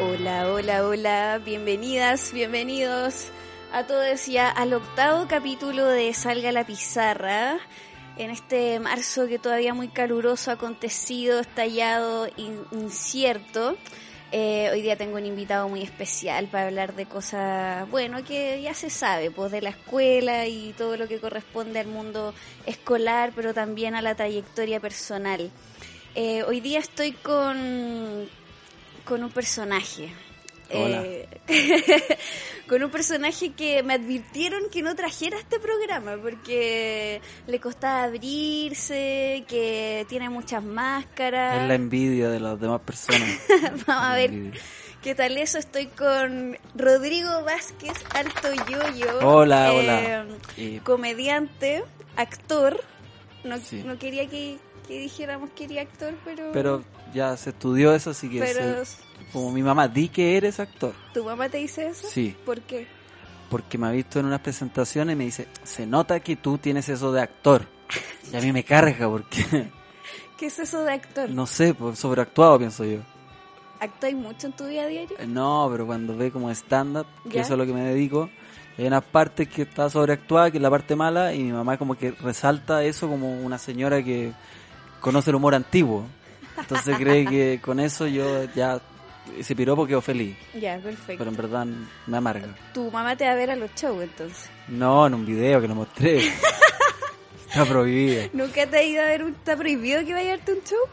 Hola, hola, hola, bienvenidas, bienvenidos a todos ya al octavo capítulo de Salga la Pizarra. En este marzo que todavía muy caluroso, acontecido, estallado, in- incierto. Eh, hoy día tengo un invitado muy especial para hablar de cosas, bueno, que ya se sabe, pues de la escuela y todo lo que corresponde al mundo escolar, pero también a la trayectoria personal. Eh, hoy día estoy con, con un personaje. Hola. Eh, con un personaje que me advirtieron que no trajera este programa porque le costaba abrirse, que tiene muchas máscaras. Es la envidia de las demás personas. Vamos a ver Envidia. qué tal eso. Estoy con Rodrigo Vázquez Alto Yoyo. Hola, eh, hola. Y- Comediante, actor. No, Sí. no quería que, que dijéramos que era actor, pero, pero ya se estudió eso, así que pero se- como mi mamá, di que eres actor. ¿tu mamá te dice eso? Sí, ¿Por qué? porque me ha visto en unas presentaciones y me dice, se nota que tú tienes eso de actor. Y a mí me carga porque, ¿Qué es eso de actor? no sé, pues, sobreactuado pienso yo. ¿Actúas mucho en tu vida diaria? Eh, No, pero cuando ve como stand-up, que ¿Ya? eso es lo que me dedico, hay unas partes que está sobreactuada, que es la parte mala, y mi mamá como que resalta eso como una señora que conoce el humor antiguo. Entonces cree que con eso yo ya ese piropo quedó feliz, Ya, perfecto. pero en verdad me amarga. Tu mamá te va a ver a los shows entonces. No, en un video que lo mostré. Está prohibido. ¿Nunca te ha ido a ver un... ¿Está prohibido que vaya a verte un show?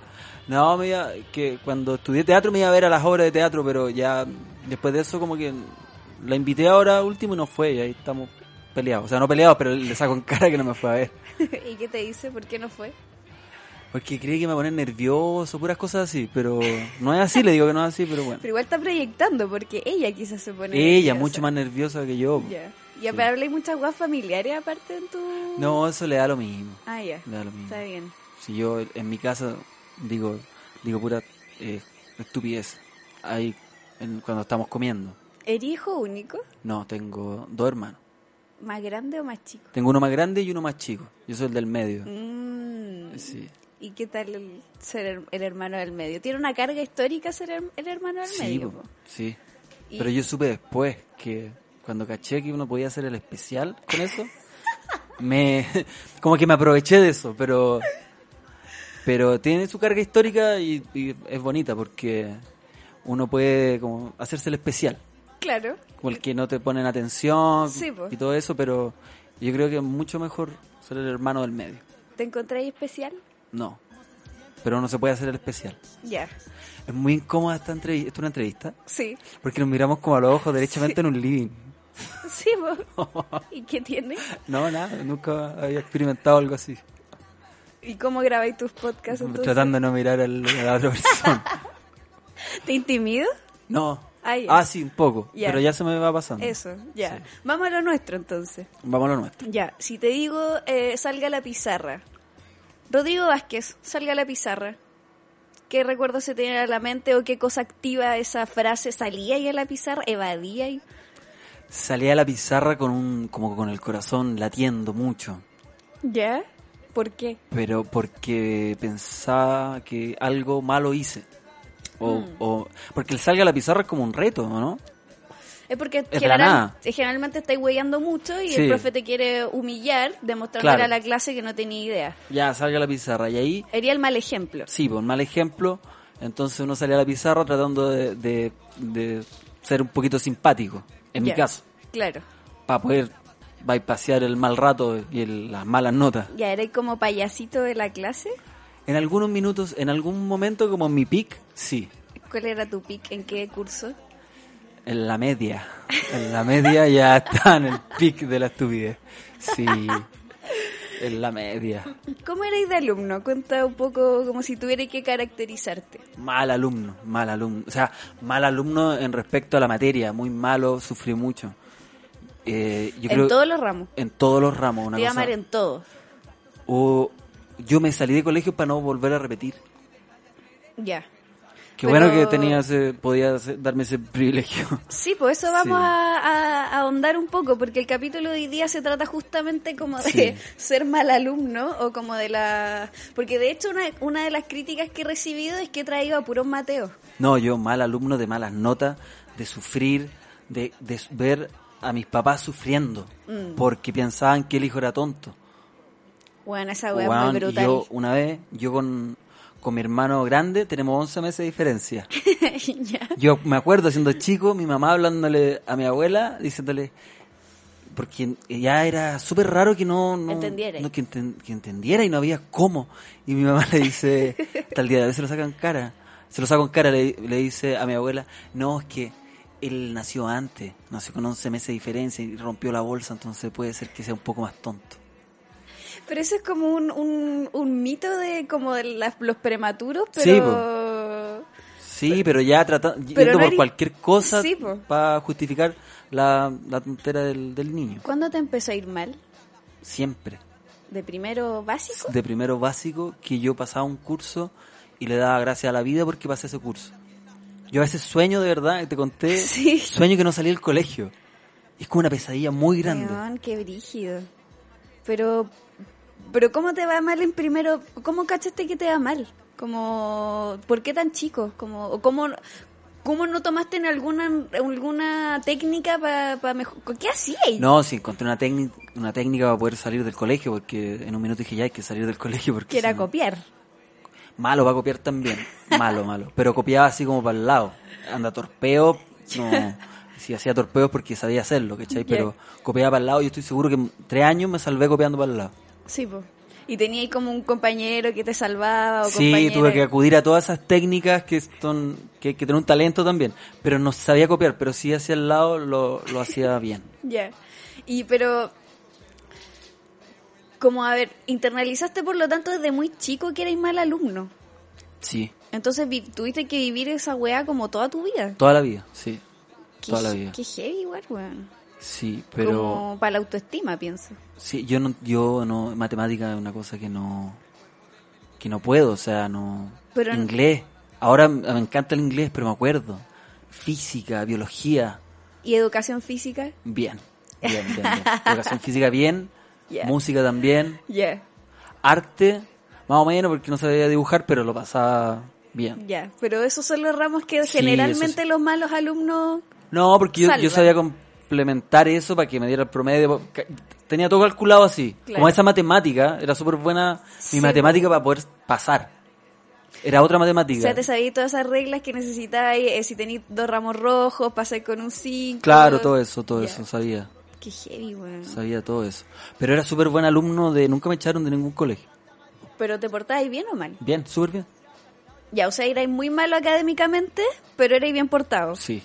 No, me iba- que cuando estudié teatro me iba a ver a las obras de teatro, pero ya después de eso como que la invité ahora último y no fue, y ahí estamos peleados. O sea, no peleados, pero le saco en cara que no me fue a ver. ¿Y qué te dice? ¿Por qué no fue? Porque cree que me pone nervioso, puras cosas así, pero no es así, le digo que no es así, pero bueno. Pero igual está proyectando porque ella quizás se pone... Ella, nerviosa. mucho más nerviosa que yo. Ya. ¿Y aparte habláis muchas guas familiares aparte en tu...? No, eso le da lo mismo. Ah, ya. Le da lo mismo. Está bien. Si yo en mi casa digo digo pura eh, estupidez, ahí en- cuando estamos comiendo. ¿Eres hijo único? No, tengo dos hermanos. ¿Más grande o más chico? Tengo uno más grande y uno más chico. Yo soy el del medio. Mm. Sí. ¿Y qué tal el ser her- el hermano del medio? ¿Tiene una carga histórica ser her- el hermano del Sí, medio? po, po? sí. Y- Pero yo supe después que cuando caché que uno podía hacer el especial con eso, me como que me aproveché de eso, pero pero tiene su carga histórica y, y es bonita porque uno puede como hacerse el especial, Claro. como el que no te ponen atención Sí, po. y todo eso, pero yo creo que es mucho mejor ser el hermano del medio. ¿Te encontráis especial? No. Pero uno se puede hacer el especial. Ya. Es muy incómoda esta entrevista, esta es una entrevista, Sí. porque nos miramos como a los ojos derechamente en un living. Sí, po. ¿Y qué tiene? No, nada, nunca había experimentado algo así. ¿Y cómo grabáis tus podcasts entonces? Tratando de no mirar al- a la otra persona. ¿Te intimido? No. Ah, ya. Ah, sí, un poco. Ya. Pero ya se me va pasando. Eso, ya. Vamos a lo nuestro entonces. Vamos a lo nuestro. Ya, si te digo, eh, salga a la pizarra. Rodrigo Vázquez, salga a la pizarra. ¿Qué recuerdo se tiene a la mente o qué cosa activa esa frase? ¿Salía y a la pizarra? ¿Evadía y...? Salí a la pizarra con un, como con el corazón latiendo mucho. ¿Ya? ¿Por qué? pero porque pensaba que algo malo hice. O, Mm. o- porque el salga a la pizarra es como un reto, ¿no? Es porque la general- nada. generalmente estáis hueveando mucho y el Sí. profe te quiere humillar, demostrándole Claro. a la clase que no tenía idea. Ya, salga a la pizarra. Y ahí, Sería el mal ejemplo. sí, por pues, mal ejemplo, Entonces uno salía a la pizarra tratando de, de- de ser un poquito simpático, en mi Ya, caso, Claro. para poder bypassear el mal rato y el- las malas notas. Ya eres como payasito de la clase. En algunos minutos, en algún momento, como en mi pick, sí. ¿Cuál era tu pick? ¿En qué curso? En la media. En la media ya está en el pic de la estupidez. Sí. En la media. ¿Cómo erais de alumno? Cuenta un poco como si tuvierais que caracterizarte. Mal alumno, mal alumno. O sea, mal alumno en respecto a la materia. Muy malo, sufrí mucho. Eh, yo creo- en todos los ramos. En todos los ramos. Una Te iba a cosa. amar en todo. O yo me salí de colegio para no volver a repetir. Ya. Qué Pero- bueno que tenía ese, podía ese- darme ese privilegio. Sí, pues eso vamos Sí. a, a- a ahondar un poco, porque el capítulo de hoy día se trata justamente como de Sí. ser mal alumno o como de la... Porque de hecho una, una de las críticas que he recibido es que he traído a puros Mateos. No, yo mal alumno de malas notas, de sufrir, de, de s- ver a mis papás sufriendo Mm. porque pensaban que el hijo era tonto. Bueno, esa weá es Weón, muy y brutal. yo una vez, yo con, con mi hermano grande tenemos 11 meses de diferencia. Ya. Yo me acuerdo siendo chico, mi mamá hablándole a mi abuela, diciéndole, porque ya era súper raro que no, no- Entendiera. no, que, enten- que entendiera y no había cómo. Y mi mamá le dice, tal día de hoy se lo sacan cara, se lo saco en cara, le, le dice a mi abuela, no, es que él nació antes, nació con 11 meses de diferencia y rompió la bolsa, entonces puede ser que sea un poco más tonto. Pero eso es como un, un, un mito de como de las- los prematuros, Sí, pero... Sí, pero ya tratando, pero yendo no por eres- cualquier cosa Sí, po. para justificar la, la tontera del, del niño, ¿Cuándo te empezó a ir mal? siempre. ¿De primero básico? de primero básico que yo pasaba un curso y le daba gracias a la vida porque pasé ese curso. Yo a veces sueño de verdad, te conté, Sí. sueño que no salí del colegio. Es como una pesadilla muy grande. Weón, qué brígido. Pero, pero ¿cómo te va mal en primero? ¿Cómo cachaste que te va mal? Como, ¿por qué tan chico? Como, o cómo, ¿Cómo no tomaste en alguna, alguna técnica para mejorar? ¿Qué hacíais? No, sí, encontré una, técni- una técnica para poder salir del colegio porque en un minuto dije ya hay que salir del colegio porque... que era si no- copiar. Malo va a copiar también. Malo, malo. Pero copiaba así como para el lado. Anda torpeo. No. Si hacía torpeos porque sabía hacerlo, ¿cachai? Ya. Pero copiaba para el lado. Yo estoy seguro que en tres años me salvé copiando para el lado. Sí, po. Y teníais como un compañero que te salvaba o Sí, Oh, compañera. tuve que acudir a todas esas técnicas que son que, que tienen un talento también, pero no sabía copiar, pero sí hacia el lado lo, lo hacía bien. Ya. Y pero como a ver, internalizaste por lo tanto desde muy chico que erais mal alumno. Sí, Entonces vi- tuviste que vivir esa weá como toda tu vida. toda la vida, sí, Qué, toda la he- vida. qué heavy igual, weón. Sí, pero Como para la autoestima, pienso. sí, yo no yo no matemática es una cosa que no que no puedo, o sea, no Pero- inglés. Ahora m- me encanta el inglés, pero me acuerdo. Física, biología, ¿Y educación física? bien. Bien, bien, bien. Educación física bien, Yeah. música también. Ya, arte, más o menos, porque no sabía dibujar, pero lo pasaba ya. bien. Pero esos son los ramos que Sí, generalmente eso sí. los malos alumnos... No, porque yo, Salva. yo sabía complementar eso para que me diera el promedio. porque Tenía todo calculado así. Claro. Como esa matemática, era súper buena Sí. mi matemática para poder pasar. Era otra O matemática. sea, te sabías todas esas reglas que necesitáis. eh, si tenéis dos ramos rojos, pasar con un 5. Claro, todo eso, todo Ya. eso, sabía. Qué heavy, weón. Sabía todo eso. Pero era súper buen alumno de... Nunca me echaron de ningún colegio. ¿Pero te portabais bien o mal? Bien, súper bien. Ya, o sea, erais muy malo académicamente, pero erais bien portados. Sí.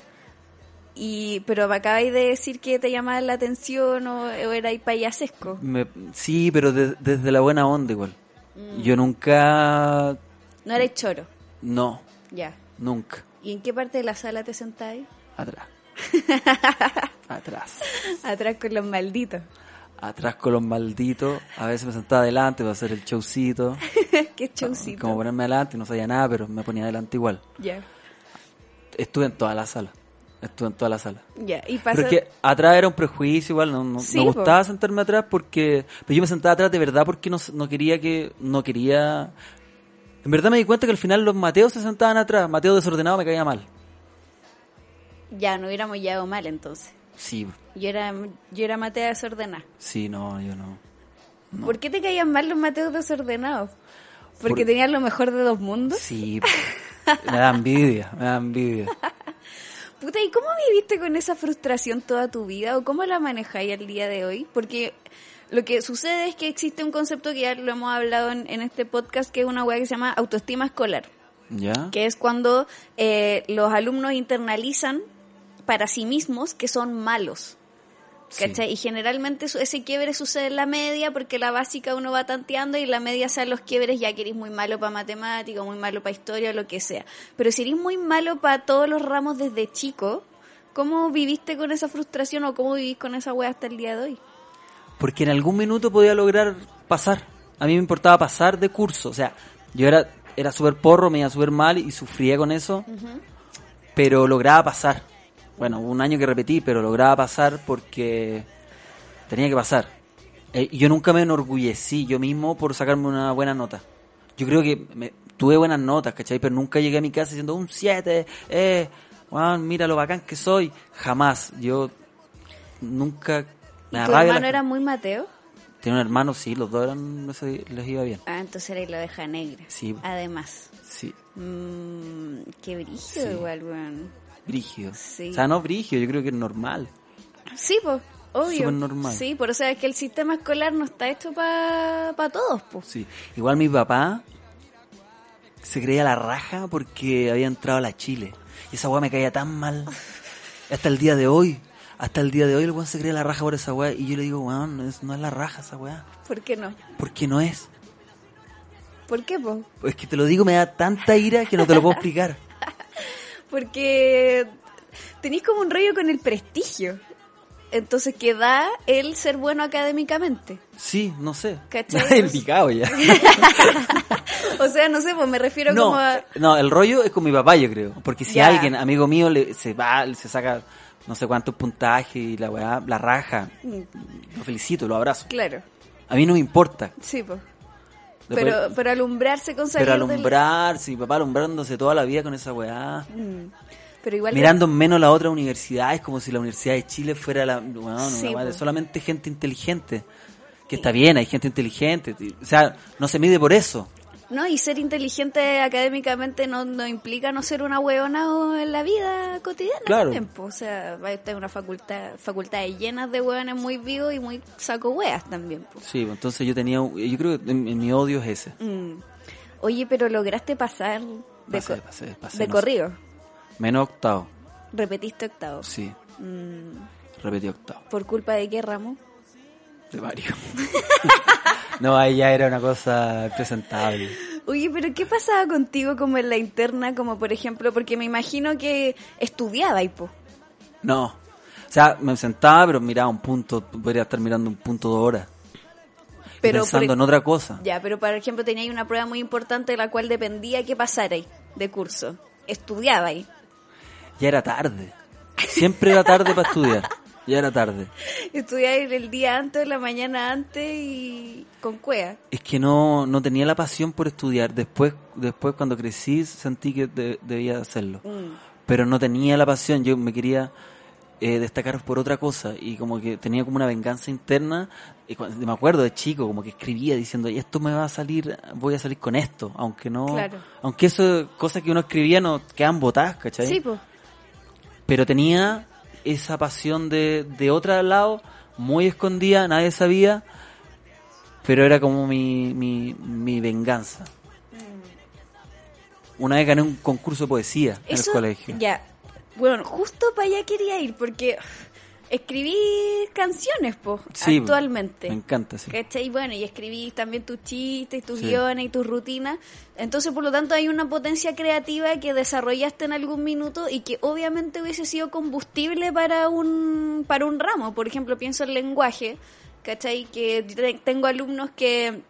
Y, pero me acabáis de decir que te llamaba la atención o, o erais payasesco. Me- sí, pero de- desde la buena onda igual. Mm. Yo nunca... No erais choro, No, ya. nunca. ¿Y en qué parte de la sala te sentáis? Atrás. Atrás. Atrás con los malditos. Atrás con los malditos. A veces me sentaba adelante para hacer el showcito. qué showcito. Como ponerme adelante, no sabía nada, pero me ponía adelante igual. Ya, Estuve en toda la sala. Estuve en toda la sala. ya. Y pasa... Pero es que atrás era un prejuicio igual, no, no- Sí, me po. gustaba sentarme atrás porque... Pero yo me sentaba atrás de verdad porque no, no quería que... No quería... En verdad me di cuenta que al final los Mateos se sentaban atrás. Mateo desordenado me caía mal. Ya, no hubiéramos llegado mal entonces. Sí, Yo era, yo era Mateo desordenada. sí, no, yo no. ¿Por qué te caían mal los Mateos desordenados? ¿Porque Por- tenían lo mejor de dos mundos? Sí, Me da envidia, me da envidia. Puta, ¿y cómo viviste con esa frustración toda tu vida o cómo la manejáis al día de hoy? Porque lo que sucede es que existe un concepto que ya lo hemos hablado en, en este podcast, que es una weá que se llama autoestima escolar, ¿Ya? que es cuando eh, los alumnos internalizan para sí mismos que son malos. Sí. ¿Cachai? Y generalmente su- ese quiebre sucede en la media porque la básica uno va tanteando y en la media sean los quiebres ya que eres muy malo para matemática, muy malo para historia, lo que sea. Pero si eres muy malo para todos los ramos desde chico, ¿cómo viviste con esa frustración o cómo vivís con esa wea hasta el día de hoy? Porque en algún minuto podía lograr pasar. A mí me importaba pasar de curso. O sea, yo era, era súper porro, me iba súper mal y sufría con eso. Pero lograba pasar. Bueno, hubo un año que repetí, pero lograba pasar porque tenía que pasar. Eh, y yo nunca me enorgullecí yo mismo por sacarme una buena nota. Yo creo que me- tuve buenas notas, ¿cachai? Pero nunca llegué a mi casa diciendo un 7, eh, weón, mira lo bacán que soy. Jamás. Yo nunca... ¿Y me da tu rabia la hermano gente. era muy mateo? Tiene un hermano, sí, los dos eran, no sé, les iba bien. Ah, entonces era y lo deja negra. Sí. Además. Sí, Mm, qué brillo Sí. igual, weón. brigio. Sí. O sea, no brigio, yo creo que es normal. Sí, pues, obvio. Súper normal. Sí, por eso es que el sistema escolar no está hecho para todos, pues. Sí. Igual mi papá se creía la raja porque había entrado a la Chile. Y esa weá me caía tan mal. Hasta el día de hoy. Hasta el día de hoy el weón se creía la raja por esa weá. Y yo le digo, weón, no es, no es la raja esa weá. ¿Por qué no? ¿Por qué no es? ¿Por qué, po? Es que te lo digo, me da tanta ira que no te lo puedo explicar. Porque tenéis como un rollo con el prestigio. Entonces, que da el ser bueno académicamente. Sí, no sé. ¿Cachai? El picado ya. O sea, no sé, pues me refiero no, como a... no, el rollo es con mi papá, yo creo. Porque si Ya. alguien, amigo mío, le, se va, se saca no sé cuántos puntajes y la weá, la raja, Mm, lo felicito, lo abrazo. Claro, A mí no me importa. sí, pues. Después- Pero, pero alumbrarse con salir pero del- alumbrarse, mi papá alumbrándose toda la vida con esa weá. Mm, Pero igual... Mirando en menos la otra universidad, es como si la Universidad de Chile fuera la, weón, una Sí, weá de po. solamente gente inteligente. Que está bien, hay gente inteligente. O sea, no se mide por eso. No, y ser inteligente académicamente no, no implica no ser una hueona o en la vida cotidiana Claro. también, po. O sea, va a estar en una facultad, facultades llenas de hueones muy vivos y muy saco hueas también, po. Sí, entonces yo tenía, yo creo que en- en mi odio es ese. Mm. Oye, pero lograste pasar de, Pasé, co- pasé, pasé, de no sé. corrido. Menos octavo. Repetiste octavo. Sí, Mm, repetí octavo. ¿Por culpa de qué, Ramo? De varios. no, ahí ya era una cosa presentable. Oye, pero ¿qué pasaba contigo como en la interna? Como por ejemplo, porque me imagino que estudiaba y po. No. O sea, me sentaba, pero miraba un punto. Podría estar mirando un punto dos horas. Pero pensando por- en otra cosa. Ya, pero por ejemplo tenía ahí una prueba muy importante de la cual dependía que pasara ahí, de curso. Estudiaba ahí. Ya era tarde. Siempre era tarde para estudiar. Ya era tarde. Estudiaba ahí el día antes, la mañana antes y con cuea. Es que no, no tenía la pasión por estudiar. Después, después cuando crecí, sentí que de- debía hacerlo. Mm. pero no tenía la pasión, yo me quería eh, destacar por otra cosa y como que tenía como una venganza interna, y cu- me acuerdo de chico, como que escribía diciendo, "Y esto me va a salir, voy a salir con esto, aunque no, Claro. aunque eso, cosas que uno escribía no quedan botadas, ¿cachai? Sí, pues. pero tenía esa pasión de, de otro lado, muy escondida, nadie sabía, pero era como mi, mi, mi venganza. Una vez gané un concurso de poesía en el colegio. Mm. Ya. Bueno, justo para allá quería ir porque escribí canciones, po, Sí, actualmente. Me encanta, sí. ¿Cachai? Bueno, y escribís también tus chistes, tus Sí. guiones y tus rutinas. Entonces, por lo tanto, hay una potencia creativa que desarrollaste en algún minuto y que obviamente hubiese sido combustible para un, para un ramo. Por ejemplo, pienso en lenguaje, ¿cachai? Que te- tengo alumnos que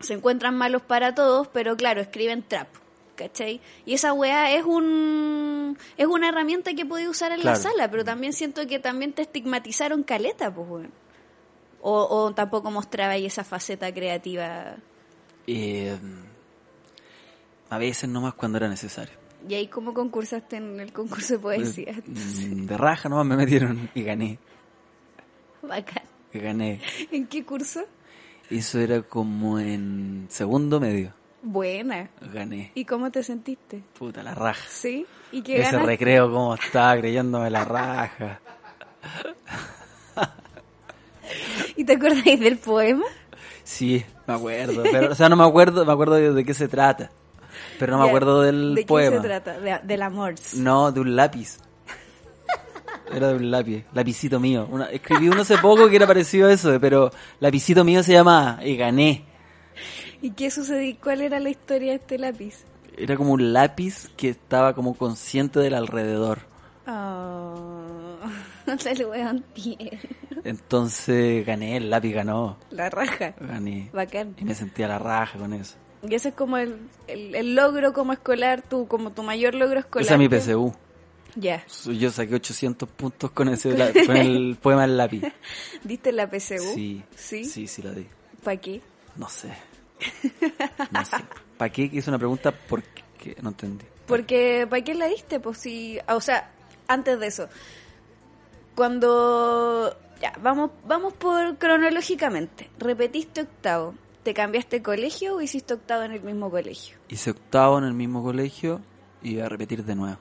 se encuentran malos para todos, pero claro, escriben trap. ¿Cachai? Y esa weá es un es una herramienta que podía usar en Claro. la sala, pero también siento que también te estigmatizaron caleta, pues weón. O, o tampoco mostraba ahí esa faceta creativa. Eh, a veces nomás cuando era necesario. Eh, ¿Y ahí cómo concursaste en el concurso de poesía? Mm, De raja nomás me metieron y gané. Bacán. y gané. ¿En qué curso? Eso era como en segundo medio. Buena. Gané. ¿Y cómo te sentiste? Puta, la raja. ¿Sí? ¿Y qué Ese ganas? recreo, cómo estaba creyéndome la raja. ¿Y te acordáis del poema? Sí, me acuerdo. Pero, o sea, no me acuerdo, me acuerdo de, de qué se trata. Pero no me Ya. acuerdo del ¿De poema. qué Mm. se trata? De- del amor. No, de un lápiz. Era de un lápiz, lapicito mío. Una- escribí uno hace poco que era parecido a eso, pero lapicito mío se llamaba y gané. ¿Y qué sucedió? ¿Cuál era la historia de este lápiz? Era como un lápiz que estaba como consciente del alrededor. Oh, el weón tiene Entonces gané, el lápiz ganó, la raja. gané. Bacán. Y me sentía la raja con eso. Y ese es como el, el- el logro como escolar, tu, como tu mayor logro escolar. Esa es mi PSU. Ya. Yo saqué 800 puntos con, ese la- con el poema del lápiz. ¿Diste la PSU? Sí, ¿Sí? sí, sí la di. ¿Para qué? No sé. No sé. ¿Para qué? Que es una pregunta porque no entendí. Porque, ¿para qué la diste? Pues si, ah, o sea, antes de eso, cuando, ya, vamos, vamos por cronológicamente, repetiste octavo, ¿te cambiaste de colegio o hiciste octavo en el mismo colegio? Hice octavo en el mismo colegio y iba a repetir de nuevo.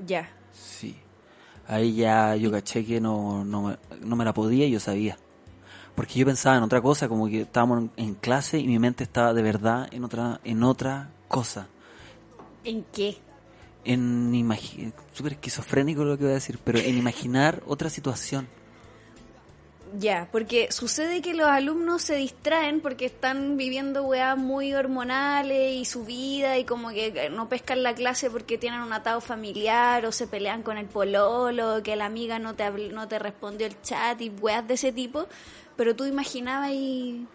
Ya, Sí. Ahí ya yo caché que no, no, me, no me la podía y yo sabía. Porque yo pensaba en otra cosa, como que estábamos en, en clase y mi mente estaba de verdad en otra, en otra cosa. ¿en qué? En imagi- súper esquizofrénico lo que voy a decir, pero en imaginar otra situación. Ya, porque sucede que los alumnos se distraen porque están viviendo weas muy hormonales y su vida y como que eh, no pescan la clase porque tienen un atado familiar o se pelean con el pololo, que la amiga no te, habl- no te respondió el chat y weas de ese tipo, pero tú imaginabas y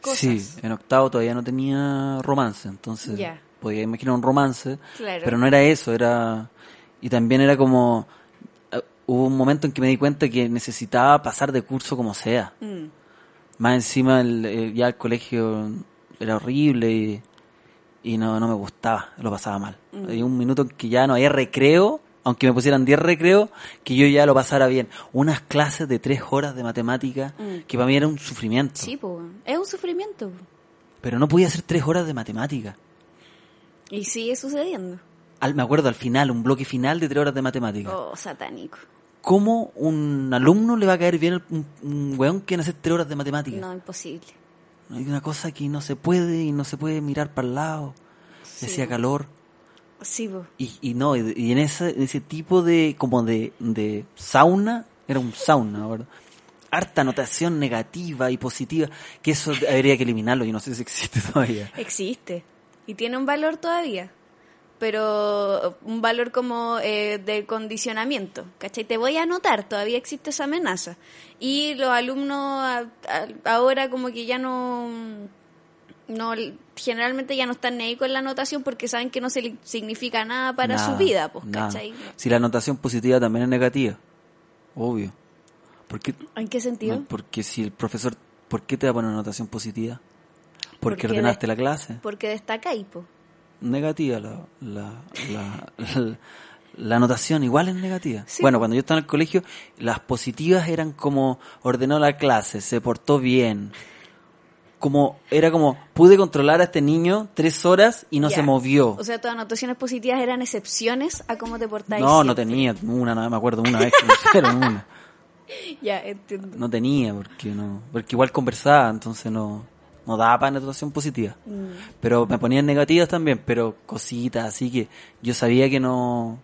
cosas. Sí, en octavo todavía no tenía romance, entonces Ya. podía imaginar un romance, Claro. pero no era eso, era y también era como eh, hubo un momento en que me di cuenta que necesitaba pasar de curso como sea. Mm. Más encima el- el- ya el colegio era horrible y, y no, no me gustaba, lo pasaba mal. Mm. Hay un minuto en que ya no había recreo, aunque me pusieran 10 recreos, que yo ya lo pasara bien. Unas clases de 3 horas de matemática, que para mí era un sufrimiento. Mm. Sí, po, weón. es un sufrimiento. po. Pero no podía hacer tres horas de matemática. Y sigue sucediendo. Al, me acuerdo al final, un bloque final de tres horas de matemática. Oh, satánico. ¿Cómo un alumno le va a caer bien un, un weón que hace tres horas de matemática? No, imposible. Hay una cosa que no se puede y no se puede mirar para el lado. Sí. Hacía calor. Sí, po. Y, y no, y, y en ese, ese tipo de, como de, de sauna, era un sauna, ¿verdad? Harta anotación negativa y positiva, que eso habría que eliminarlo, yo no sé si existe todavía. Existe. Y tiene un valor todavía. Pero un valor como eh, de condicionamiento. ¿Cachai? Te voy a anotar, todavía existe esa amenaza. Y los alumnos a- a- ahora como que ya no... No, generalmente ya no están ni ahí con la anotación porque saben que no se li- significa nada para Nada, su vida, pues, nada. ¿cachai? Si la anotación positiva también es negativa, obvio. ¿Por qué, ¿En qué sentido? no, porque si el profesor, ¿por qué te va a poner anotación positiva? Porque Porque ordenaste de- la clase. Porque destaca ahí, pues. po. Negativa la, la, la, la- la anotación, igual es negativa. Sí, bueno, po. cuando yo estaba en el colegio, las positivas eran como ordenó la clase, se portó bien. Como, era como, pude controlar a este niño tres horas y no Ya. se movió. O sea, tus anotaciones positivas eran excepciones a cómo te portáis. no, no siempre. tenía una, no me acuerdo una vez que me hicieron una. Ya, entiendo. No tenía, porque no, porque igual conversaba, entonces no, no daba para anotación positiva. Mm. Pero me ponían negativas también, pero cositas, así que yo sabía que no.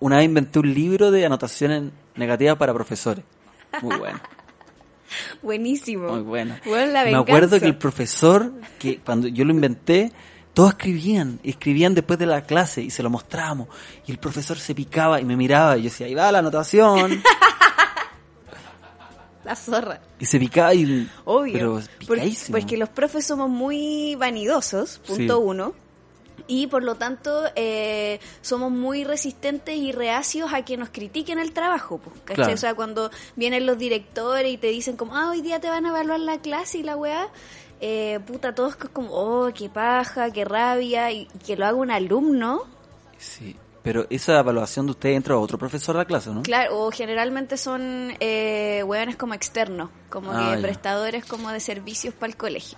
Una vez inventé un libro de anotaciones negativas para profesores. Muy bueno, Buenísimo. muy bueno. Bueno, la me venganza. acuerdo que el profesor, que cuando yo lo inventé, todos escribían, escribían después de la clase y se lo mostrábamos. Y el profesor se picaba y me miraba y yo decía, ahí va la anotación. La zorra. Y se picaba y... Obvio. Pero porque, picadísimo. porque los profes somos muy vanidosos, punto Sí. uno. Y por lo tanto eh, somos muy resistentes y reacios a que nos critiquen el trabajo. po, ¿cachai? Claro. O sea, cuando vienen los directores y te dicen como, ah, hoy día te van a evaluar la clase y la weá, eh, puta, todos co- como, oh, qué paja, qué rabia, y, y que lo haga un alumno. Sí. Pero esa evaluación de usted entra otro profesor a la clase, ¿no? Claro, o generalmente son eh, hueones como externos, como Ah, que ya. prestadores como de servicios para el colegio.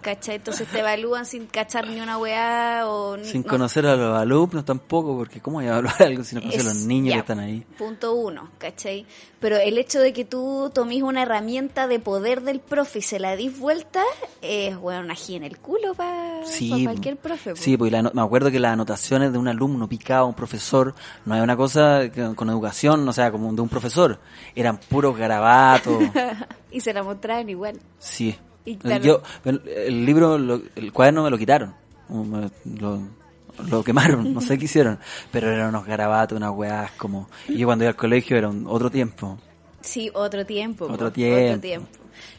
¿Cachai? Entonces te evalúan sin cachar ni una weá o... ni- Sin no- conocer a los alumnos tampoco, porque ¿cómo voy a evaluar algo si no conoce a los Es- niños ya, que están ahí? Punto uno, ¿cachai? Pero el hecho de que tú tomes una herramienta de poder del profe y se la dis vuelta, es, bueno, una G en el culo para Sí, cualquier profe. po. Sí, porque la ano- me acuerdo que las anotaciones de un alumno picado, un profesor, no era una cosa que- con educación, o sea, como de un profesor. Eran puros garabatos. y se la mostraban igual. Sí. Y claro. Yo, el, el libro, lo- el cuaderno me lo quitaron. O me- Lo, lo quemaron, no sé qué hicieron. Pero eran unos garabatos, unas weas como... Y yo cuando iba al colegio era un- otro tiempo. Sí, otro tiempo. po, Otro tiempo.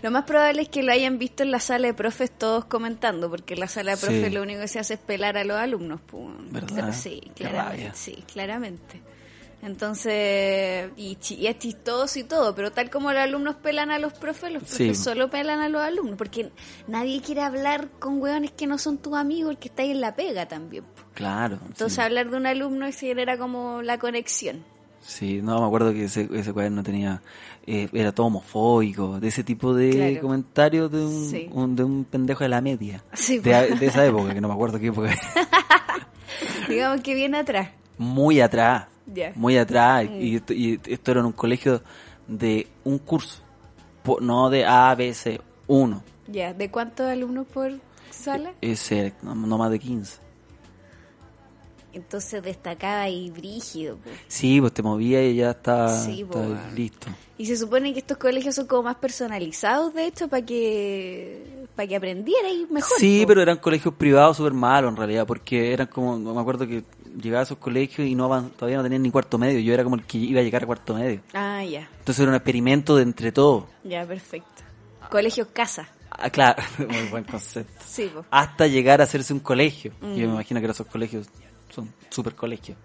Lo más probable es que lo hayan visto en la sala de profes todos comentando, porque en la sala de Sí. profes lo único que se hace es pelar a los alumnos. po. ¿Verdad? Sí, Qué claramente. rabia. Sí, claramente. Entonces, y, chi- y es chistoso y todo, pero tal como los alumnos pelan a los profes, los Sí. profes solo pelan a los alumnos, porque nadie quiere hablar con hueones que no son tus amigos, que estáis en la pega también. po. Claro. Entonces, sí. hablar de un alumno es era como la conexión. Sí, no, me acuerdo que ese, ese cuaderno tenía, eh, era todo homofóbico, de ese tipo de Claro. comentarios de un, Sí. un- de un pendejo de la media. Sí, pues. de, de esa época, que no me acuerdo qué época era. Digamos que viene atrás. Muy atrás, Ya. Mm. muy atrás. Y, esto, y esto era en un colegio de un curso, po- no de A, B, C, 1. Ya, ¿de cuántos alumnos por sala? Ese, no, no más de 15. Entonces destacaba y brígido. po. Sí, pues te movía y ya estaba, Sí, estaba pues. listo. Y se supone que estos colegios son como más personalizados, de hecho, para que para que aprendierais mejor. Sí, po. pero eran colegios privados súper malos en realidad, porque eran como, me acuerdo que llegaba a esos colegios y no avan- todavía no tenían ni cuarto medio, yo era como el que iba a llegar a cuarto medio. Ah, ya, Entonces era un experimento de entre todos. ya, perfecto. Colegios casa. Ah, claro, muy buen concepto. Sí, po. Hasta llegar a hacerse un colegio. Y yo Mm. me imagino que esos colegios son súper colegios.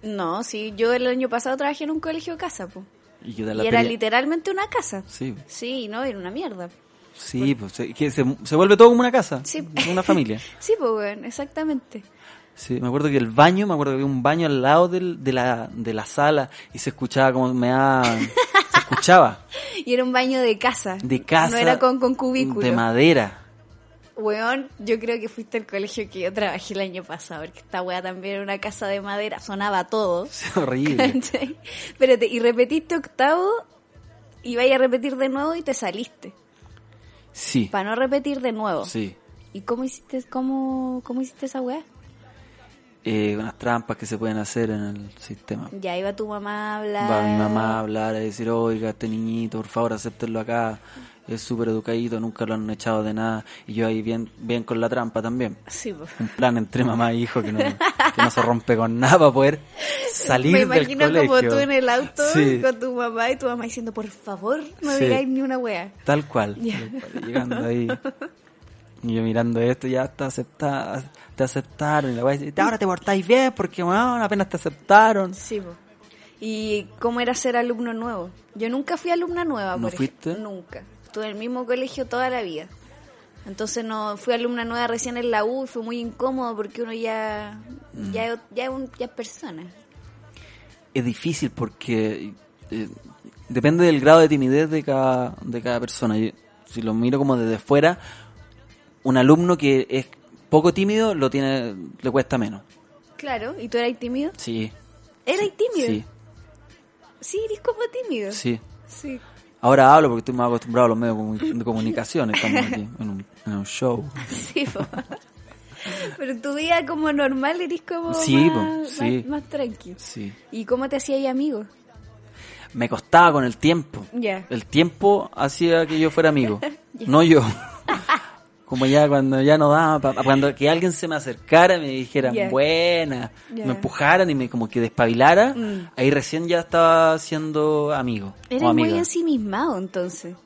No, sí, yo el año pasado trabajé en un colegio casa, po. Y, que da la Y era pelea- literalmente una casa. Sí, Sí, no, era una mierda. sí pues, se, que se, se vuelve todo como una casa, Sí. una familia. Sí, pues, weón, exactamente. Sí, me acuerdo que el baño, me acuerdo que había un baño al lado del- de, la, de la sala y se escuchaba como me Se escuchaba. Y era un baño de casa. De casa. No era con, con cubículo. De madera. Weón, yo creo que fuiste al colegio que yo trabajé el año pasado, porque esta weá también era una casa de madera, sonaba todo. Es horrible. ¿Cachai? Espérate, y repetiste octavo y vaya a repetir de nuevo y te saliste. Sí. Para no repetir de nuevo. Sí. ¿Y cómo hiciste, cómo, cómo hiciste esa weá? Eh, unas trampas que se pueden hacer en el sistema. Ya iba tu mamá a hablar. Va mi mamá a hablar, a decir, oiga, este niñito, por favor, acéptenlo acá. Es súper educadito, nunca lo han echado de nada. Y yo ahí bien, bien con la trampa también. Sí, po. Un plan entre mamá e hijo que no, que no se rompe con nada para poder salir Me del imagino colegio. como tú en el auto Sí, con tu mamá y tu mamá diciendo, por favor, no Sí. digáis ni una weá. Tal cual. Ya. Tal cual, Llegando ahí. Y yo mirando esto, ya está aceptada, te aceptaron. Y la wea dice, ahora te portáis bien porque weón, apenas te aceptaron. Sí, po. ¿Y cómo era ser alumno nuevo? Yo nunca fui alumna nueva, ¿No por fuiste? ejemplo. Nunca. Estuve en el mismo colegio toda la vida. Entonces no fui alumna nueva recién en la U y fue muy incómodo porque uno ya Mm. ya, ya, es un- ya es persona. Es difícil porque eh, depende del grado de timidez de cada, de cada persona. Yo, si lo miro como desde fuera, un alumno que es poco tímido lo tiene, le cuesta menos. Claro, ¿y tú eras tímido? Sí, ¿Eras tímido? sí, Sí, eres como tímido. sí. Sí. Ahora hablo porque estoy más acostumbrado a los medios comu- de comunicación. Estamos aquí en un- en un show. Sí, po. Pero en tu vida como normal eres como Sí, po, más, sí. más, más tranqui. Sí. ¿Y cómo te hacías amigo? me costaba con el tiempo. Ya. El tiempo hacía que yo fuera amigo, no yo. Como ya cuando ya no daba, pa- cuando que alguien se me acercara y me dijera Ya. buena, Ya. me empujaran y me como que despabilara, Mm. ahí recién ya estaba siendo amigo Eres o muy Oh, amiga. ensimismado entonces.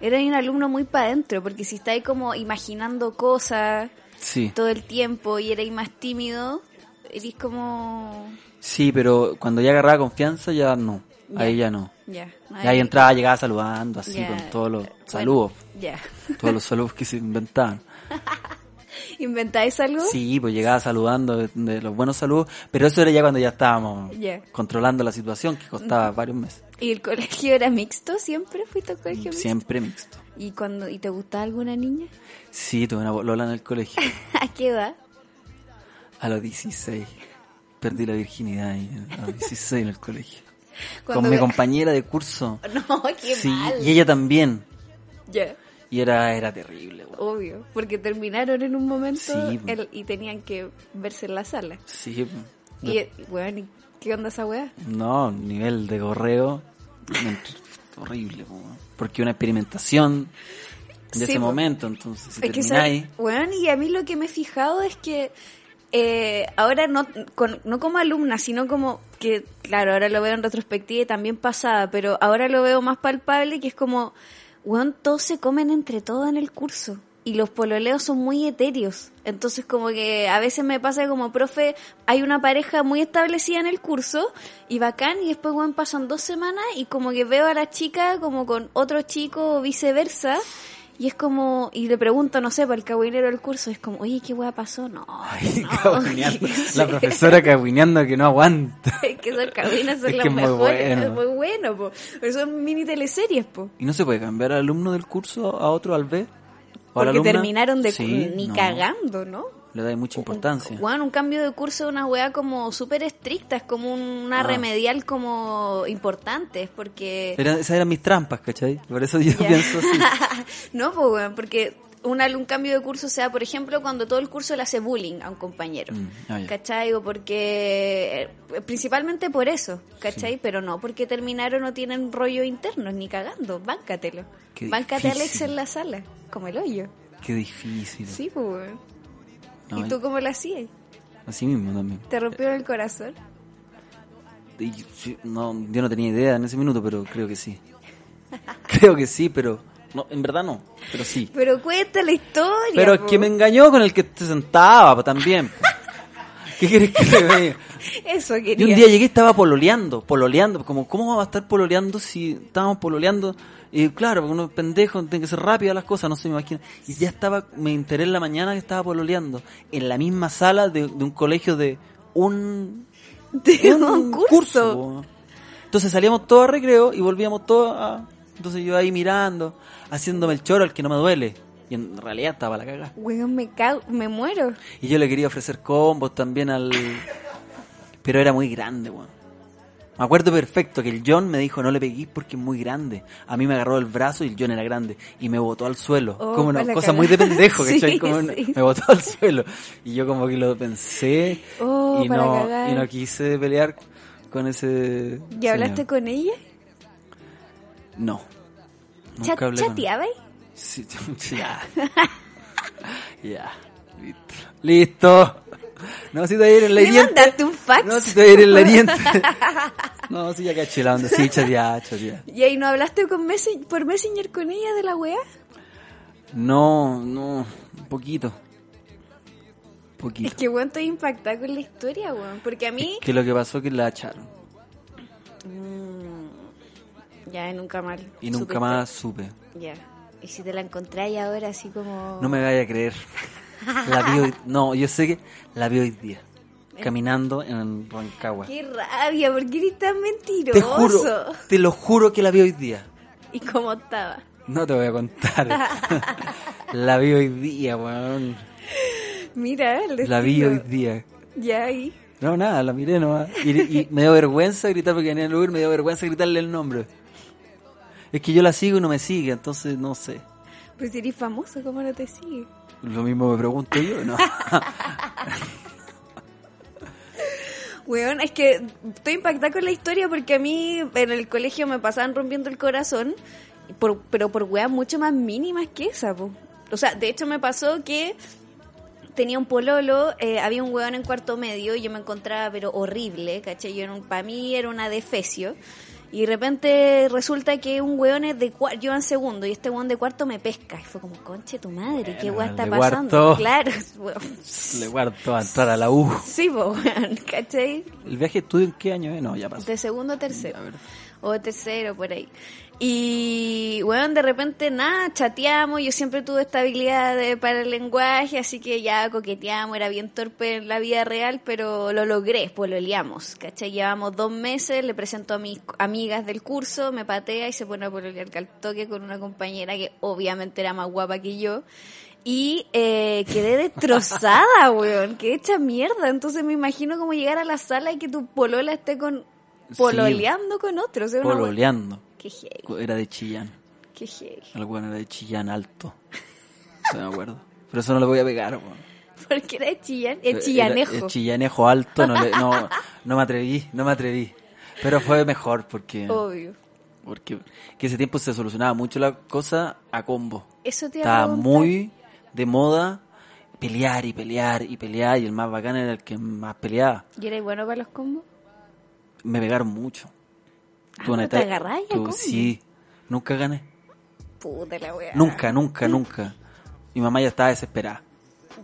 Eres un alumno muy para adentro, porque si estáis como imaginando cosas Sí. todo el tiempo y eres más tímido, eres como... Sí, pero cuando ya agarraba confianza ya no. Ya. Ahí ya no. Ya. no Y ahí hay- entraba, llegaba saludando así ya, con todos los bueno, saludos, ya. todos los saludos que se inventaban. ¿Inventáis algo? Sí, pues llegaba saludando de, de los buenos saludos, pero eso era ya cuando ya estábamos Ya. controlando la situación, que costaba varios meses. ¿Y el colegio era mixto? ¿Siempre fuiste al colegio mixto? Siempre mixto. ¿Y, cuando, ¿Y te gustaba alguna niña? Sí, tuve una bolola en el colegio, ¿A qué edad? a los 16. Perdí la virginidad ahí, a los 16 en el colegio. Cuando Con mi ve- compañera de curso. No, qué Sí, mal. y ella también. Ya, Y era, era terrible, weón. obvio. Porque terminaron en un momento Sí, pues. po. el- y tenían que verse en la sala. Sí, Y, bueno, ¿y ¿qué onda esa weá? No, nivel de gorreo horrible, po, weón. porque una experimentación de Sí, ese po. momento, entonces si Es que, termináis, ¿sabes? Weón, y a mí lo que me he fijado es que eh, ahora no, con- no como alumna, sino como que, claro, ahora lo veo en retrospectiva y también pasada, pero ahora lo veo más palpable, que es como, weón, todos se comen entre todos en el curso. Y los pololeos son muy etéreos. Entonces como que a veces me pasa que como profe, hay una pareja muy establecida en el curso y bacán y después weón pasan dos semanas y como que veo a la chica como con otro chico o viceversa y es como, y le pregunto, no sé, para el cabinero del curso, es como, oye, ¿qué hueá pasó? No, Ah, no. caguineando. Sí. la profesora caguineando que no aguanta. Es que esas cabinas son Es que las es muy mejores, bueno. es muy bueno, po. Pero son mini teleseries, po. ¿Y no se puede cambiar al alumno del curso a otro al B? ¿O a la Porque alumna? terminaron de Sí, ni no, cagando, ¿no? Le da mucha importancia. Juan, un cambio de curso es una weá como súper estricta, es como una Ah. remedial como importante, es porque... Era- esas eran mis trampas, ¿cachai? Por eso yo Ya. pienso así. no, pues, weón, porque un, al- un cambio de curso sea, por ejemplo, cuando todo el curso le hace bullying a un compañero. Mm, ah, ya. ¿Cachai? O porque. eh, Principalmente por eso, ¿cachai? Pero no porque terminaron o tienen rollo interno, ni cagando. Báncatelo. Qué Báncate a Alex difícil. en la sala, como el hoyo. Qué difícil. Sí, pues, weón. No, eh. ¿Y tú cómo lo hacías? Así mismo también. ¿Te rompieron el corazón? Y yo- sí, no, yo no tenía idea en ese minuto, pero creo que sí. Creo que sí, pero... No, en verdad no, pero sí. Pero cuenta la historia. Pero es po. que me engañó con el que te sentaba pues, también. pues. ¿Qué querés que te diga? Eso Yo quería. un día llegué y estaba pololeando, pololeando. Como, ¿cómo va a estar pololeando si estábamos pololeando? Y claro, porque uno es pendejo, tiene que ser rápida las cosas, no se me imagina. Y ya estaba, me enteré en la mañana que estaba pololeando. En la misma sala de, de un colegio de un... De un curso. po. Entonces salíamos todos a recreo y volvíamos todos a... Entonces yo ahí mirando, haciéndome el choro al que no me duele. Y en realidad estaba la cagada. Weón, me, cago, me muero. Y yo le quería ofrecer combos también al... Pero era muy grande, weón. Me acuerdo perfecto que el John me dijo no le peguís porque es muy grande. A mí me agarró el brazo y el John era grande. Y me botó al suelo. Oh, como pa' una la cosa cagá. muy de pendejo, ¿cachai? Sí, Como una- sí. Me botó al suelo. Y yo como que lo pensé. Oh, y, pa' la no, cagá. y no quise pelear con ese... ¿Y hablaste señor. con ella? No. Chat, Nunca hablé con- ¿Chateabais? Sí, sí, ya. ya. Listo. Listo. No, si te voy a ir en la ¿Le hiriente. mandaste un fax? No, si te voy a ir en la hiriente. no, si ya caché la onda. Sí, chatea, chatea. ¿Y ahí no hablaste con Messenger, por Messenger con ella de la weá? No, no. Un poquito. Un poquito. Es que, weón, estoy impactada con la historia, weón. Porque a mí... Que lo que pasó es que la echaron. Ya, nunca más. Y nunca supiste. más supe. Ya. Y si te la encontráis ahora así como... No me vaya a creer. La vi hoy. No, yo sé que la vi hoy día. Caminando en Rancagua. ¿Eh? ¡Qué rabia! ¿Por qué eres tan mentiroso? Te juro, te lo juro que la vi hoy día. ¿Y cómo estaba? No te voy a contar. la vi hoy día, weón. Mira, el La vi hoy destino. día. Ya, ahí. No, nada, la miré nomás. Y, y me dio vergüenza gritar porque venía el Uber, me dio vergüenza gritarle el nombre. Es que yo la sigo y no me sigue, entonces no sé. Pues si eres famoso, ¿cómo no te sigue? Lo mismo me pregunto yo, ¿no? Weón, es que estoy impactada con la historia porque a mí en el colegio me pasaban rompiendo el corazón, por- pero por weas mucho más mínimas que esa, po. O sea, de hecho me pasó que tenía un pololo, eh, había un weón en cuarto medio y yo me encontraba, pero horrible, ¿cachai? Yo era un, para mí era una defecio. Y de repente resulta que un weón es de cuarto, yo en segundo, y este weón de cuarto me pesca. Y fue como, conche tu madre, qué Bueno, weón el está de pasando. cuarto. Claro, Le guardo a entrar a la U. sí, po, weón, ¿cachai? ¿El viaje de estudio en qué año es? No, ya pasó. De segundo a tercero. A ver. O tercero, por ahí. Y, weón, de repente, nada, chateamos. Yo siempre tuve esta habilidad de- para el lenguaje, así que ya coqueteamos. Era bien torpe en la vida real, pero lo logré, pues lo liamos. ¿Cachai? Llevamos dos meses, le presento a mis amigas del curso, me patea y se pone a pololear al toque con una compañera que obviamente era más guapa que yo. Y eh, quedé destrozada, weón. Quedé hecha mierda. Entonces me imagino como llegar a la sala y que tu polola esté con Sí. pololeando con otros. Era una wea- Pololeando. Qué heavy, Era de Chillán. qué heavy. El weón era de Chillán alto. Se me acuerdo. Pero eso no lo voy a pegar, weón. Porque era de chillan, el Era- chillanejo. Eh, El chillanejo alto, no, le- no, no me atreví, no me atreví. Pero fue mejor porque, Obvio. porque que ese tiempo se solucionaba mucho la cosa a combo. Eso te iba a Estaba preguntar. muy de moda pelear y pelear y pelear y el más bacán era el que más peleaba. ¿Y eres bueno para los combos? Me pegaron mucho. Ah, Tuve una pero te etapa- agarrás y a tuve- combo. Sí, nunca gané. Puta la wea. Nunca, Ah. nunca, nunca. Mi mamá ya estaba desesperada.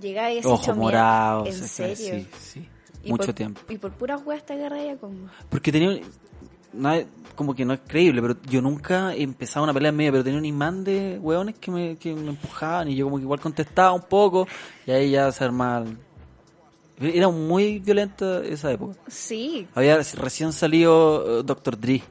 Llegaba y ese Ojos morados. En etcétera, serio. Sí, sí. Y Mucho por- tiempo. Y por puras weas te agarras ya combo. Porque tenía un- nada- como que no es creíble, pero yo nunca empezaba una pelea en medio, pero tenía un imán de hueones que me, que me empujaban y yo como que igual contestaba un poco y ahí ya se armaba. el- Era muy violenta esa época. Sí, Había recién salido eh, Dr. Dre,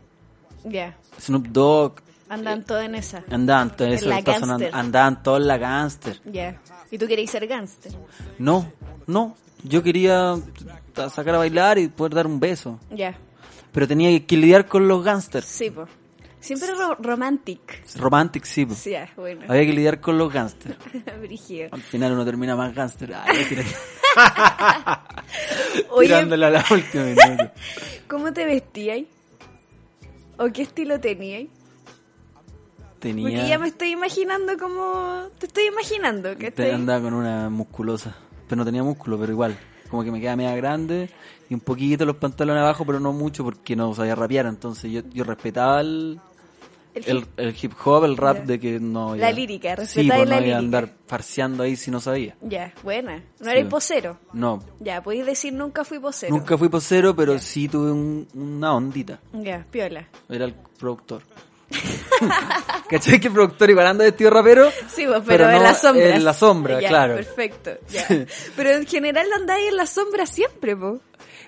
ya. Snoop Dogg, Andan todos en esa. andaban, todo eso, La está sonando- gangster. andaban todos la gangster. Ya. Y tú queréis ser gángster. No, no, yo quería t- sacar a bailar y poder dar un beso, Ya. pero tenía que lidiar con los gangsters. Sí, po. Siempre ro- romantic. Romantic, sí. po. Sí, ah, bueno. Había que lidiar con los gángsters. Brígido. Al final uno termina más gángster. Ay, me tiré- Oye, tirándole a la última minuto. ¿cómo te vestíais? ¿O qué estilo teníais? Porque ya Tenía. me estoy imaginando como... Te estoy imaginando, que te- Andaba con una musculosa. Pero no tenía músculo, pero igual. Como que me quedaba media grande y un poquito los pantalones abajo, pero no mucho porque no sabía rapear. Entonces yo, yo respetaba el, el, el hip hop, el rap Ya. de que no. La iba- lírica, Sí, respetáis pues la no iba lírica. a andar farseando ahí si no sabía. Ya, buena. No Sí, eres po. posero. No. Ya, podéis decir nunca fui posero. Nunca fui posero, pero sí tuve un- una ondita. Ya, piola. Era el productor. ¿Cachai que el productor igual anda vestido de rapero? Sí, po, pero, en no las sombras. En la sombra, Ya, claro. Perfecto. ya. Pero en general andáis en la sombra siempre, po.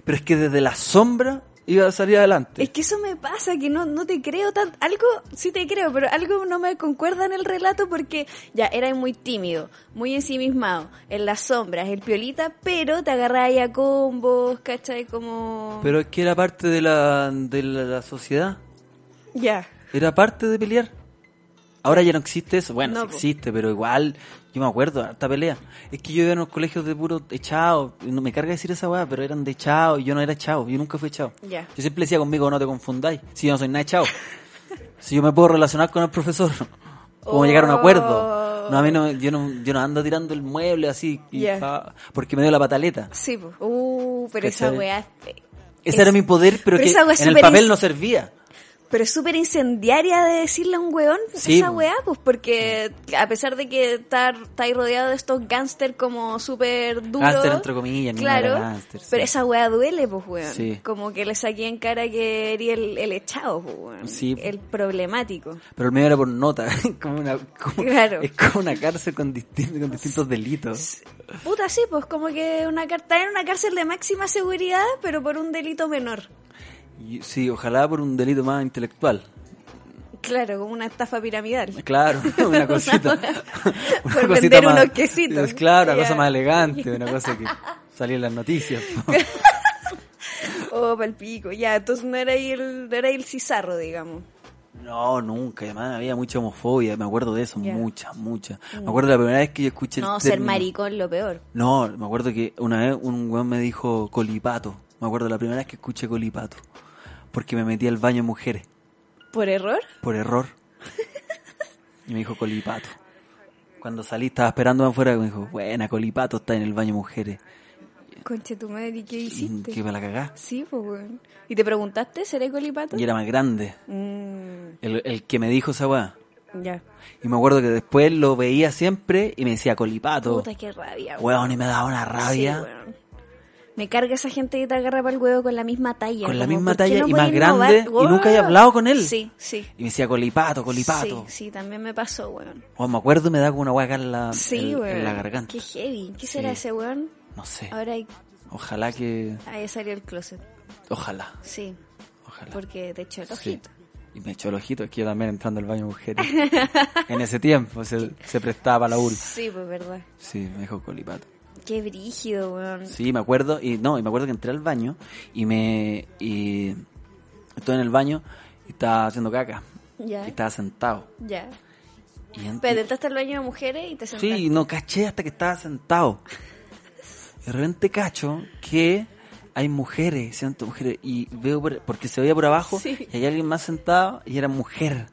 Pero es que desde la sombra iba a salir adelante. Es que eso me pasa, que no, no te creo tan... Algo sí te creo, pero algo no me concuerda en el relato porque ya eras muy tímido, muy ensimismado, en las sombras, el piolita, pero te agarrabas a combos, ¿cachai? Como... Pero es que era parte de la, de la, la sociedad. Ya. Era parte de pelear. Ahora ya no existe eso. Bueno, No, sí po. existe, pero igual yo me acuerdo, harta pelea. Es que yo iba en los colegios de puro echado. y No me carga decir esa weá, pero eran de echado. y Yo no era echado. Yo nunca fui echado. Ya. Yo siempre decía conmigo, no te confundáis. Si yo no soy nada echado. si yo me puedo relacionar con el profesor. Como llegar a un acuerdo. No, a mí no, yo no, yo no ando tirando el mueble así. y Ya. pa- porque me dio la pataleta. Sí, po. Uh, pero esa ¿Cachai? weá... es- Ese Es- era mi poder, pero pero, que esa weá es en el súper papel ins- no servía. Pero es súper incendiaria de decirle a un weón Sí, esa po. weá, pues porque a pesar de que está, está ahí rodeado de estos gángster como súper duros. Gángster, entre comillas, no claro. era gángster, sí. Pero esa weá duele, pues weón. Sí. Como que le saqué en cara que era el, el echado, pues weón. Sí. El problemático. Pero el mío era por nota. como una, como- Claro. Es como una cárcel con, distin- con distintos delitos. Puta, sí, pues como que una car- está en una cárcel de máxima seguridad, pero por un delito menor. Y- sí, ojalá por un delito más intelectual. Claro, como una estafa piramidal. Claro, una cosita. Por vender unos quesitos. Claro, una Ya. cosa más elegante, una cosa que salía en las noticias. Oh, palpico. Ya, entonces no era ahí el, no era ahí el cizarro, digamos. No, nunca. Además, había mucha homofobia. Me acuerdo de eso. Ya. Mm. Mucha, mucha. Me acuerdo la primera vez que yo escuché el No, ser término. maricón lo peor. No, me acuerdo que una vez un weón me dijo colipato. Me acuerdo la primera vez que escuché colipato. Porque me metí al baño de mujeres, ¿Por error? por error. Y me dijo colipato. Cuando salí estaba esperándome afuera y me dijo, buena, colipato está en el baño de mujeres. Conche tu madre, Mm, ¿y qué hiciste? Que me la cagás. Sí, pues, weón. ¿Y te preguntaste, seré colipato? Y era más grande. Mm, El, el que me dijo esa weá. ya. Y me acuerdo que después lo veía siempre y me decía colipato. Puta, qué rabia, weón. Weón, y me daba una Sí, rabia. weón. Me carga esa gente que te agarra para el huevo con la misma talla. Con la como, misma ¿por qué talla no y podéis más grande, innovar? y Weón. nunca hay hablado con él. Sí, sí. y me decía colipato, colipato. Sí, sí, también me pasó, weón. Weón, me acuerdo y me daba como una weá acá en la, Sí, en- Ah, en weón. la garganta. Qué heavy. ¿Qué será Sí. ese weón? No sé. Ahora ahí Ojalá que. ahí salió el closet. Ojalá. Sí, Ojalá. porque te echó el Sí. ojito. Y me echó el ojito, es que yo también entrando al baño mujeres. en ese tiempo se, se prestaba la ul. Sí, pues verdad. Sí, me dijo colipato. Qué brígido, weón. Sí, me acuerdo, y no, y me acuerdo que entré al baño y me. Y, estoy en el baño y estaba haciendo caca. Ya, Y estaba sentado. ya. Y ent- Pero entraste al baño de mujeres y te sentaste. Sí, no caché hasta que estaba sentado. Y De repente cacho que hay mujeres, siento mujeres, y veo por- porque se veía por abajo Sí. y hay alguien más sentado y era mujer.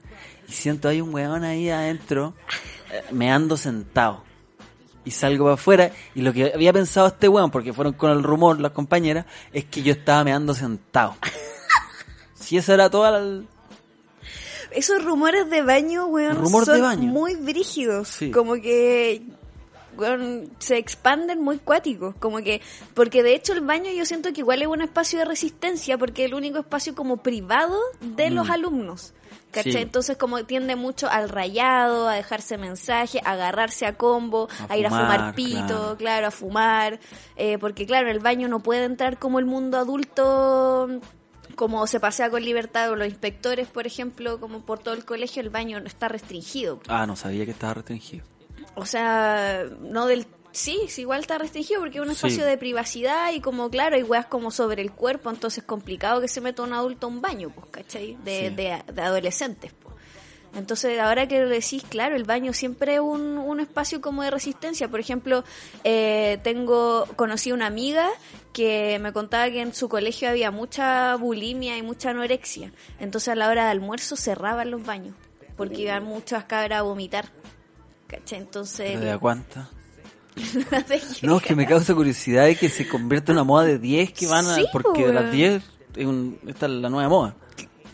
Y siento hay un weón ahí adentro, eh, me ando sentado. Y salgo para afuera y lo que había pensado este weón, porque fueron con el rumor las compañeras, es que yo estaba meando sentado. Si esa era toda la... Esos rumores de baño, weón, Rumor de son baño. muy brígidos. Sí. Como que weón, se expanden muy cuáticos. Como que, porque de hecho el baño yo siento que igual es un espacio de resistencia, porque es el único espacio como privado de los alumnos. ¿Cachai? Mm. Sí. Entonces como tiende mucho al rayado, a dejarse mensaje, a agarrarse a combo, a, A ir a fumar fumar, pito, claro. claro, a fumar, eh, porque claro, en el baño no puede entrar como el mundo adulto, como se pasea con libertad o los inspectores, por ejemplo, como por todo el colegio, el baño no está restringido. Ah, no sabía que estaba restringido. O sea, no del... Sí, sí, igual está restringido porque es un Sí. espacio de privacidad y como, claro, hay weas como sobre el cuerpo, entonces es complicado que se meta un adulto a un baño, pues, ¿cachai? De, Sí. de- de adolescentes, pues. Entonces, ahora que lo decís, claro, el baño siempre es un, un espacio como de resistencia. Por ejemplo, eh, tengo conocí una amiga que me contaba que en su colegio había mucha bulimia y mucha anorexia. Entonces, a la hora de almuerzo cerraban los baños porque iban muchas cabras a vomitar. ¿Cachai? Entonces, ¿Pero de a cuánta? las dejé. No, es que me causa curiosidad de que se convierta en una moda de 10 que van a... Sí, porque pues, las weón. 10, es un- esta es la nueva moda.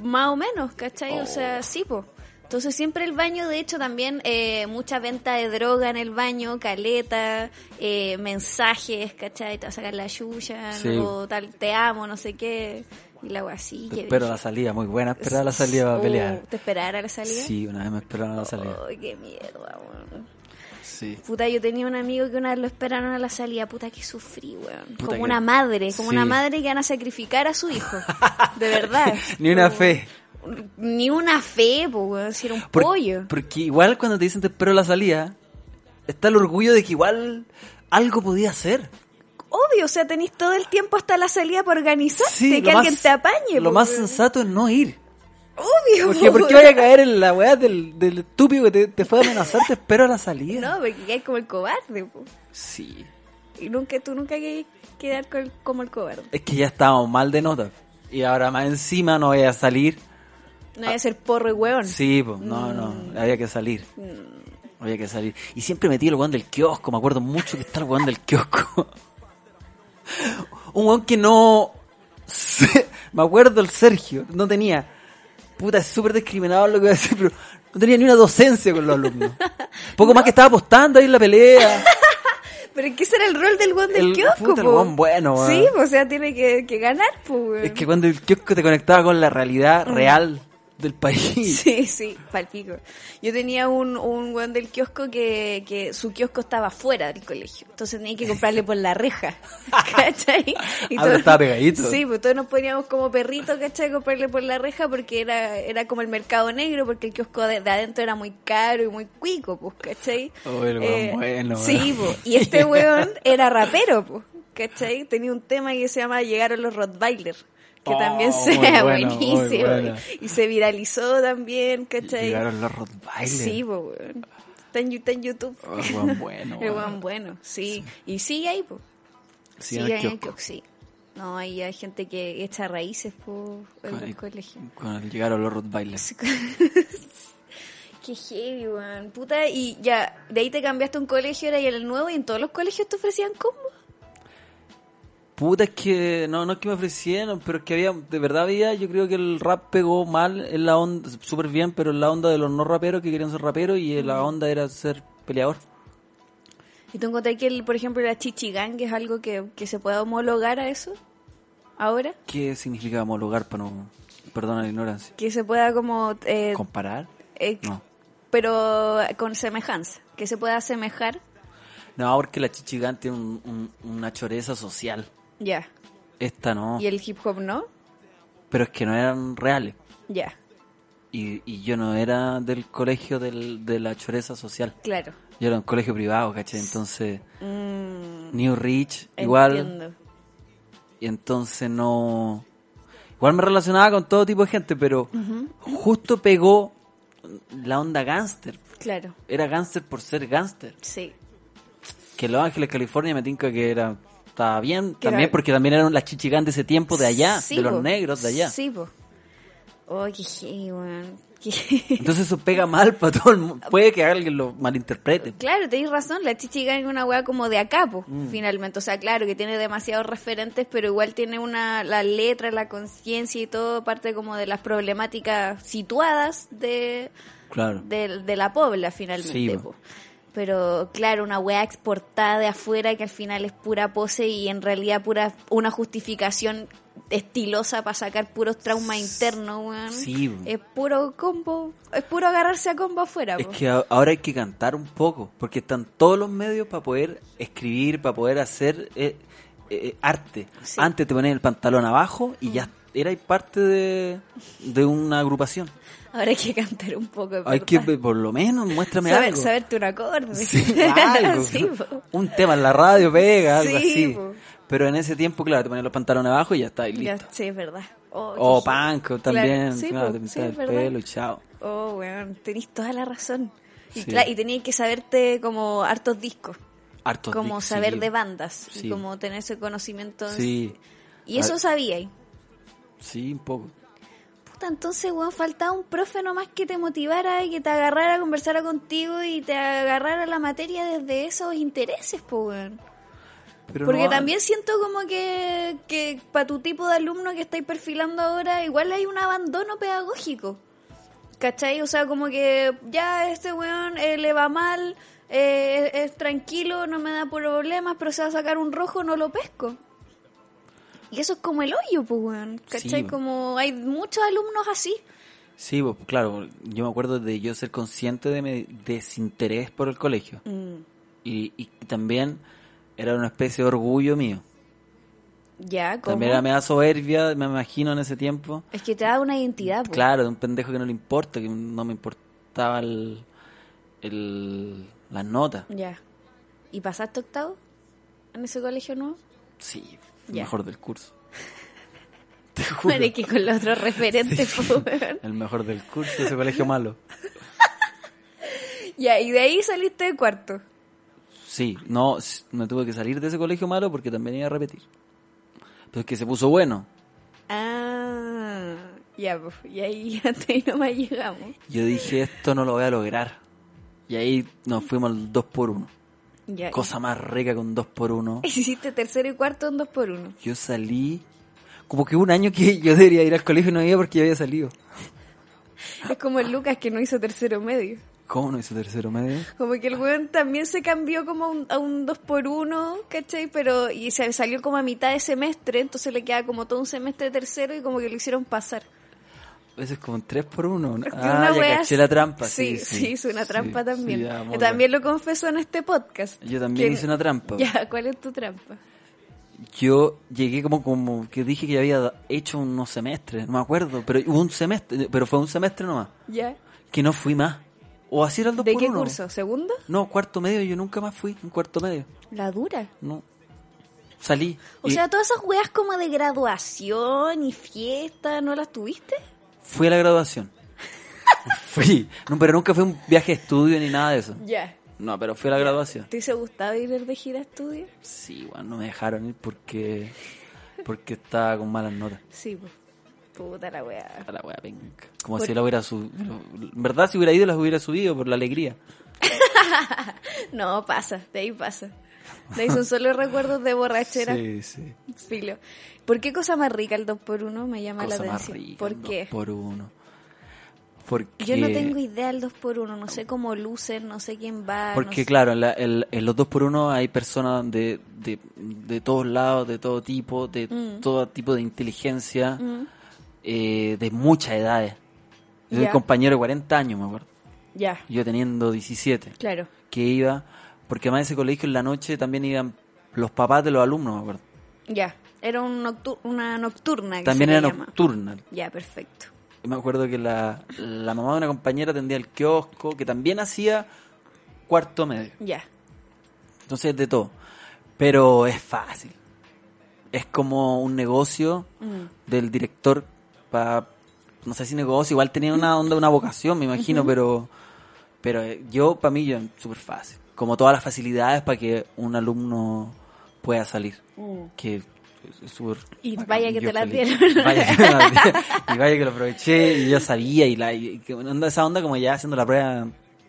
Más o menos, ¿cachai? O Oh. sea, sí, po. Entonces siempre el baño, de hecho también eh, mucha venta de droga en el baño, caleta, eh, mensajes, ¿cachai? Te vas a sacar la yuya, Sí. o tal, te amo, no sé qué, y la wea así. Te que- espero a la salida, muy buena esperar a la salida para Oh, pelear. ¿Te esperar a la salida? Sí, una vez me esperaron a la salida. Ay, qué mierda, weón. Sí. Puta, yo tenía un amigo que una vez lo esperaron a la salida, puta que sufrí, weón. Puta como que- una madre, como Sí. una madre que van a sacrificar a su hijo. De verdad. Oh, Ni una fe. Ni una fe, po, weón, si era un Por- pollo. Porque igual cuando te dicen te espero a la salida, está el orgullo de que igual algo podía ser. Obvio, o sea, tenés todo el tiempo hasta la salida para organizarte, Sí, que lo alguien más- te apañe. Lo po, más weón. sensato es no ir. Obvio, Porque, po, ¿Por qué weón. voy a caer en la weá del, del estúpido que te, te fue a amenazar? Te espero a la salida. No, porque caes como el cobarde, po. Sí. Y nunca, tú nunca querés quedar con el- como el cobarde. Es que ya estábamos mal de nota. Y ahora más encima no voy a salir. No voy a ser porro y weón. Ah. Sí, po, no, no, había que salir. Había que salir. Y siempre metí el weón del kiosco, me acuerdo mucho que está el weón del kiosco. Un weón que no... se- me acuerdo el Sergio, no tenía... Puta, es súper discriminado lo que voy a decir, pero no tenía ni una docencia con los alumnos. Poco más que estaba apostando ahí en la pelea. Pero ¿qué será el rol del weón del El- kiosco, puta, el po? weón bueno, weón. Sí, po, o sea, tiene que, que ganar, po, weón. Es que cuando el kiosco te conectaba con la realidad real del país. Sí, sí, palpico. Yo tenía un, un weón del kiosco que, que su kiosco estaba fuera del colegio. Entonces tenía que comprarle por la reja. ¿Cachai? Ah, pero todos- estaba pegadito. Sí, pues todos nos poníamos como perritos, ¿cachai? Comprarle por la reja porque era, era como el mercado negro, porque el kiosco de, de adentro era muy caro y muy cuico, pues, ¿cachai? Eh, Oh, el weón bueno, Sí, weón. pues. Y este weón era rapero, pues. ¿Cachai? Tenía un tema que se llama Llegaron los Rottweiler. Que Oh, también se muy buena, muy buenísimo. buena. Y se viralizó también, ¿cachai? Llegaron los Rottweilers. Este, Sí, po, weón. Está en, Yu- está en YouTube. Oh, el weón bueno, El weón. weón bueno, sí. Y sigue ahí, po. Sí, en Sigue el ahí en el kiosco. kiosco, sí. No, ahí hay gente que echa raíces por en Con- los colegios. Cuando llegaron los Rottweilers. Qué heavy, weón. Puta, y ya, de ahí te cambiaste a un colegio, era ahí el nuevo, y en todos los colegios te ofrecían combo. Puta, es que no, no es que me ofrecieron, pero es que había, de verdad había, yo creo que el rap pegó mal en la onda, súper bien, pero en la onda de los no raperos que querían ser raperos y en la Mm. onda era ser peleador. ¿Y tú encontrás que, el, por ejemplo, la chichigang es algo que, que se pueda homologar a eso? ¿Ahora? ¿Qué significa homologar para no, perdona la ignorancia? Que se pueda como... eh, ¿Comparar? eh, No. Pero con semejanza. Que se pueda asemejar. No, porque la chichigán tiene un- un- una choreza social. Ya. Esta no. ¿Y el hip hop no? Pero es que no eran reales. Ya. Y, y yo no era del colegio del- de la choreza social. Claro. Yo era un colegio privado, ¿cachai? Entonces, Mm, New Rich, igual. entiendo. Y entonces no. Igual me relacionaba con todo tipo de gente, pero justo pegó la onda gángster. Claro. Era gángster por ser gángster. Sí. Que Los Ángeles, California, me tinca que era. Estaba bien. Que era- También porque también eran las chichigán de ese tiempo Pues de allá, Sí, de los po. negros de allá. Sí, po. Oh, qué heavy, weón. Qué- Entonces eso pega mal para todo el mundo. Puede que alguien lo malinterprete. Claro, tenéis razón, la chichiga es una weá como de acá, po, Mm. finalmente. O sea, claro que tiene demasiados referentes, pero igual tiene una la letra, la conciencia y todo parte como de las problemáticas situadas de, Claro. de, de la pobla, finalmente. Sí, po. po. Pero claro, una weá exportada de afuera que al final es pura pose y en realidad pura una justificación estilosa para sacar puros traumas internos, weón. Sí, po. Es puro combo, es puro agarrarse a combo afuera, Es po. que a- ahora hay que cantar un poco, porque están todos los medios para poder escribir, para poder hacer eh, eh, arte. Sí. Mm. Antes te ponías el pantalón abajo y ya eras parte de, de una agrupación. Ahora hay que cantar un poco. Hay ¿verdad? que, pe- por lo menos, muéstrame saber, algo. saberte un acorde. Sí, algo. Sí, po. un tema en la radio pega, algo Sí, así. po. Pero en ese tiempo, claro, te ponías los pantalones abajo y ya está, y Ya, listo. sí, es verdad. Oh, O qué punk o genial. también, Claro, sí, claro, po, te sí, es pintabas el verdad. pelo y chao. Oh, weón, tenés toda la razón. Y, Sí. cla- y tenías que saberte como hartos discos, Hartos como discos, saber sí. de bandas, y Sí. como tener ese conocimiento. en- Sí, Y eso Ah. sabíais. sí, un poco. Puta, entonces, weón, faltaba un profe nomás que te motivara y que te agarrara, conversara contigo y te agarrara la materia desde esos intereses, po, weón. Pero Porque no- también siento como que, que para tu tipo de alumno que estáis perfilando ahora, igual hay un abandono pedagógico. ¿Cachai? O sea, como que ya este weón eh, le va mal, eh, es, es tranquilo, no me da problemas, pero se va a sacar un rojo, no lo pesco. Y eso es como el hoyo, pues, weón. ¿Cachai? Sí. Como hay muchos alumnos así. Sí, pues, claro, yo me acuerdo de yo ser consciente de mi desinterés por el colegio. Mm. Y, y también era una especie de orgullo mío. Ya, como. También era, me da soberbia, me imagino, en ese tiempo. Es que te da una identidad, pues. Claro, de un pendejo que no le importa, que no me importaba el, el- las notas. Ya. ¿Y pasaste octavo? ¿En ese colegio nuevo? Sí, Ya. el mejor del curso. Te juro, Bueno, es que con los otros referentes, po, weón. el mejor del curso, ese colegio malo. Ya, y de ahí saliste de cuarto. Sí, no, s- me tuve que salir de ese colegio malo porque también iba a repetir. Pero es que se puso bueno. Ah, ya, po, y ahí hasta ahí nomás llegamos. Yo dije, esto no lo voy a lograr. Y ahí nos fuimos al 2 por 1 Ya. Cosa más rica con 2 por 1 Y Hiciste tercero y cuarto en dos por uno. Yo salí... Como que hubo un año que yo debería ir al colegio y no iba porque yo había salido. Es como el Lucas que no hizo tercero medio. ¿Cómo no hizo tercero medio? Como que el weón también se cambió como a un- a un dos por uno, ¿cachai? Pero, y se salió como a mitad de semestre, entonces le queda como todo un semestre tercero y como que lo hicieron pasar. Eso es como un 3 por 1 Porque Ah, una ya wea caché es- la trampa. Sí, Sí, sí, hizo una trampa Sí, también. sí, ya, muy también lo confesó en este podcast. Yo también Que- hice una trampa. Ya, ¿cuál es tu trampa? Yo llegué como, como que dije que había hecho unos semestres, no me acuerdo, pero hubo un semestre, pero fue un semestre nomás, ¿Ya? que no fui más. O así era el 2 ¿De por qué uno. curso? ¿Segundo? No, cuarto medio, yo nunca más fui en cuarto medio. La dura. No. Salí. O y sea, todas esas weas como de graduación y fiesta, ¿no las tuviste? fui a la graduación. fui. No, pero nunca fue un viaje de estudio ni nada de eso. Ya. No, pero fui a la graduación. ¿Te hizo gustado ir de gira a estudio? Sí, bueno, no me dejaron ir porque porque estaba con malas notas. Sí, pues. Puta la wea. A la wea penca. Como si la hubiera subido. En verdad, si hubiera ido, las hubiera subido por la alegría. No, pasa, de ahí pasa. De ahí son solo recuerdos de borrachera. Sí, sí. Filo. ¿Por qué cosa más rica el 2x1 me llama Cosa la más atención? rica. ¿Por un qué? dos Por uno. Porque, Yo no tengo idea del 2x1, no sé cómo lucen, no sé quién va. Ah, no Porque sé- claro, en, la- en- en los 2x1 hay personas de, de, de todos lados, de todo tipo, de Mm. todo tipo de inteligencia, Mm, eh, de muchas edades. Yo tenía Ya. un compañero de 40 años, me acuerdo. Ya, y Yo teniendo 17. claro. que iba, porque además de ese colegio en la noche también iban los papás de los alumnos, me acuerdo. Ya. Era un noctu- una nocturna. Que También se le era llama. nocturna. Ya, perfecto. Y Me acuerdo que la, la mamá de una compañera atendía el kiosco, que también hacía cuarto medio. Ya. Entonces de todo. Pero es fácil. Es como un negocio Mm. del director para no sé si negocio, igual tenía una onda, una vocación, me imagino, pero pero eh, yo para mí yo súper fácil, como todas las facilidades para que un alumno pueda salir, que es súper Mm. Y vaya que te yo las feliz. dieron. Vaya que me las dieron. y vaya que lo aproveché y yo sabía y la y que onda esa onda como ya haciendo la prueba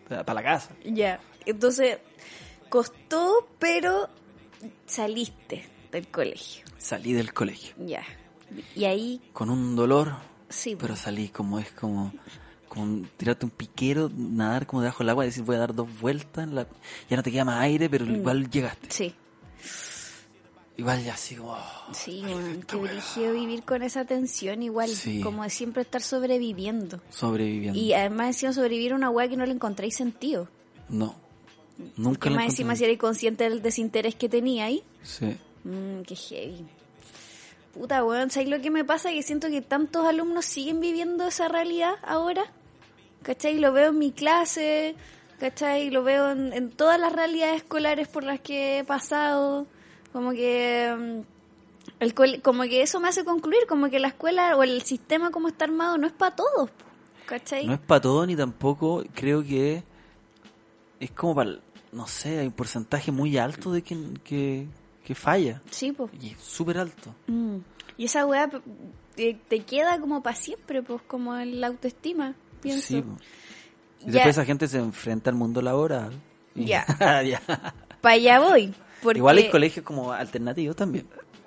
para la casa. Ya. Entonces, costó, pero saliste del colegio. Salí del colegio Ya. Y ahí, con un dolor sí. Pero salí como es como, como un- tirarte un piquero, nadar como debajo del agua y decir voy a dar dos vueltas, en la- ya no te queda más aire, pero Mm. igual llegaste. Sí. Igual ya así como... oh, Sí, weón, qué brígido vivir con esa tensión igual, Sí. como de siempre estar sobreviviendo. sobreviviendo. Y además encima sobrevivir a una weá que no le encontráis sentido. No. Nunca Que lo más encima si encontré. eres consciente del desinterés que tenía ahí. Sí. Mmm, qué heavy. Puta, weón, ¿sabes lo que me pasa? Que siento que tantos alumnos siguen viviendo esa realidad ahora. ¿Cachai? Lo veo en mi clase, ¿cachai? Lo veo en, en todas las realidades escolares por las que he pasado. Como que... mm, el col- como que eso me hace concluir, como que la escuela o el sistema como está armado no es para todos, po, ¿cachai? No es para todo ni tampoco creo que es como para... el- No sé, hay un porcentaje muy alto de quien que, que falla. Sí, pues. Y es súper alto. Mm. Y esa weá p- te, te queda como para siempre, pues como en la autoestima, pienso. Sí, po. Y Ya. después esa gente se enfrenta al mundo laboral. Y- Ya. Ah, ya. Para allá voy. Porque... Igual hay colegios como alternativos también.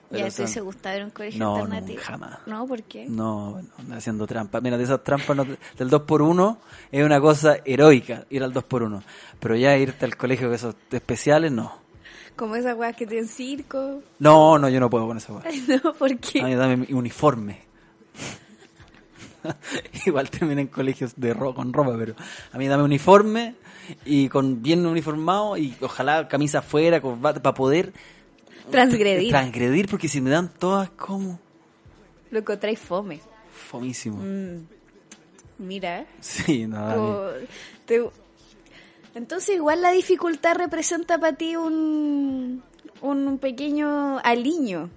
Pero Ya, ¿te son- hubiese gustado ver un colegio No, alternativo? no, jamás. No, ¿por qué? No, bueno, anda haciendo trampa. Mira, de esas trampas no- del 2x1 es una cosa heroica ir al 2x1. Pero ya irte al colegio de esos especiales, no. Como esas weas que tienen circo. No, no, yo no puedo con esa weá. No, ¿por qué? A mí dame mi uniforme. Igual terminé en colegios de ro con ropa, pero a mí dame uniforme y con bien uniformado y ojalá camisa afuera, corbata, para poder Transgredir. transgredir, porque si me dan todas como Lo que trae fome. fomísimo. Mm. Mira, Sí, nada. como te- Entonces igual la dificultad representa para ti un, un pequeño aliño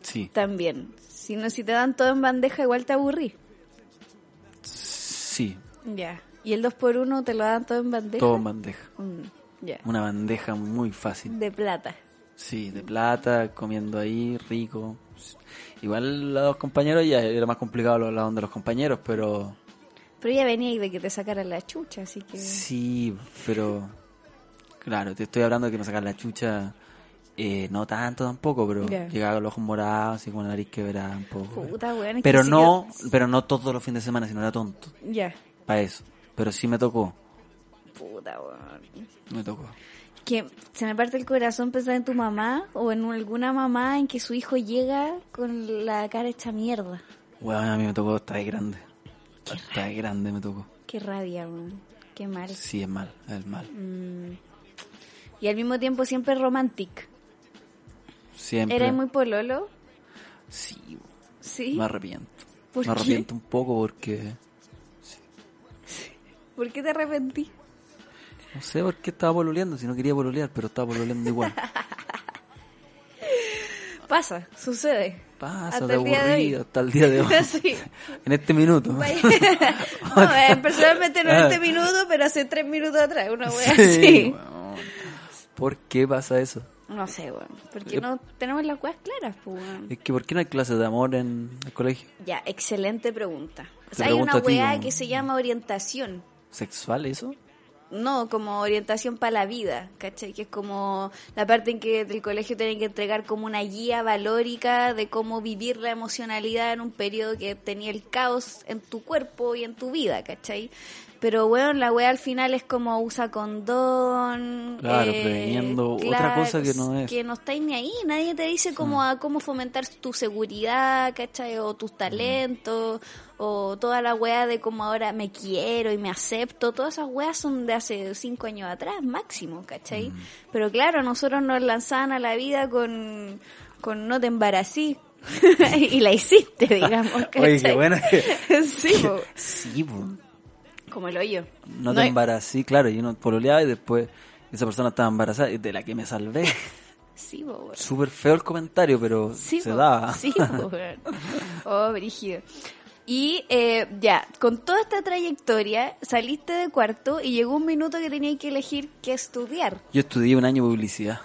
Sí, también. Si no, si te dan todo en bandeja, igual te aburrís. sí, Ya. Y el 2x1 te lo dan todo en bandeja. todo en bandeja. Mm, Ya. Una bandeja muy fácil. De plata. Sí, de plata, comiendo ahí, rico. Igual los compañeros ya era más complicado lo- la onda de los compañeros, pero Pero ya venía y de que te sacaran la chucha, así que... sí, pero claro, te estoy hablando de que me sacar la chucha. eh, no tanto tampoco, pero Ya. llegaba con los ojos morados, así con la nariz quebrada un poco. Puta, weón, es pero que no, pero no todos los fines de semana, sino era tonto, Ya. para eso. Pero sí me tocó, Puta, weón. me tocó. Que se me parte el corazón pensar en tu mamá o en alguna mamá en que su hijo llega con la cara hecha mierda. Weón, a mí me tocó hasta de grande. Hasta de grande me tocó. Qué rabia, weón. Qué mal. Sí, es mal, es mal. Mm. Y al mismo tiempo siempre romantic. Siempre. ¿Eres muy pololo? Sí, Sí. me arrepiento. ¿Por me qué? arrepiento un poco porque. ¿Por qué te arrepentí? No sé por qué estaba pololeando, si no quería pololear, pero estaba pololeando igual. Pasa, sucede. Pasa, Hasta de el día de hoy. aburrido hasta el día de hoy. Sí. En este minuto. No, eh, personalmente no en este minuto, pero hace tres minutos atrás, una wea así. weón. ¿Por qué pasa eso? No sé, weón. Porque no tenemos las weas claras, pues, weón. Es que ¿por qué no hay clases de amor en el colegio? Ya, excelente pregunta. O Te sea, hay una pregunto a ti, weá weón. que se llama orientación. ¿Sexual eso? no, como orientación para la vida, ¿cachai? Que es como la parte en que del colegio tienen que entregar como una guía valórica de cómo vivir la emocionalidad en un periodo que tenía el caos en tu cuerpo y en tu vida, ¿cachai? Pero bueno, la wea al final es como usa condón. eh, Claro, preveniendo otra cosa que no es. Que no estáis ni ahí, nadie te dice cómo, a, cómo fomentar tu seguridad, ¿cachai? O tus talentos, o toda la wea de cómo ahora me quiero y me acepto. Todas esas weas son de hace cinco años atrás, máximo, ¿cachai? Pero claro, nosotros nos lanzaban a la vida con, con no te embarací. y la hiciste, digamos, ¿cachai? Oye, qué buena que- sí, po. Sí, po. como el hoyo. No No te hay- embarací, claro, yo no pololeaba y después esa persona estaba embarazada, y de la que me salvé. Sí, po, weón. Súper feo el comentario, pero Sí, se po. daba. Sí, po, weón. Oh, brígido. Y eh, ya, con toda esta trayectoria saliste de cuarto y llegó un minuto que tenías que elegir qué estudiar. Yo estudié un año publicidad.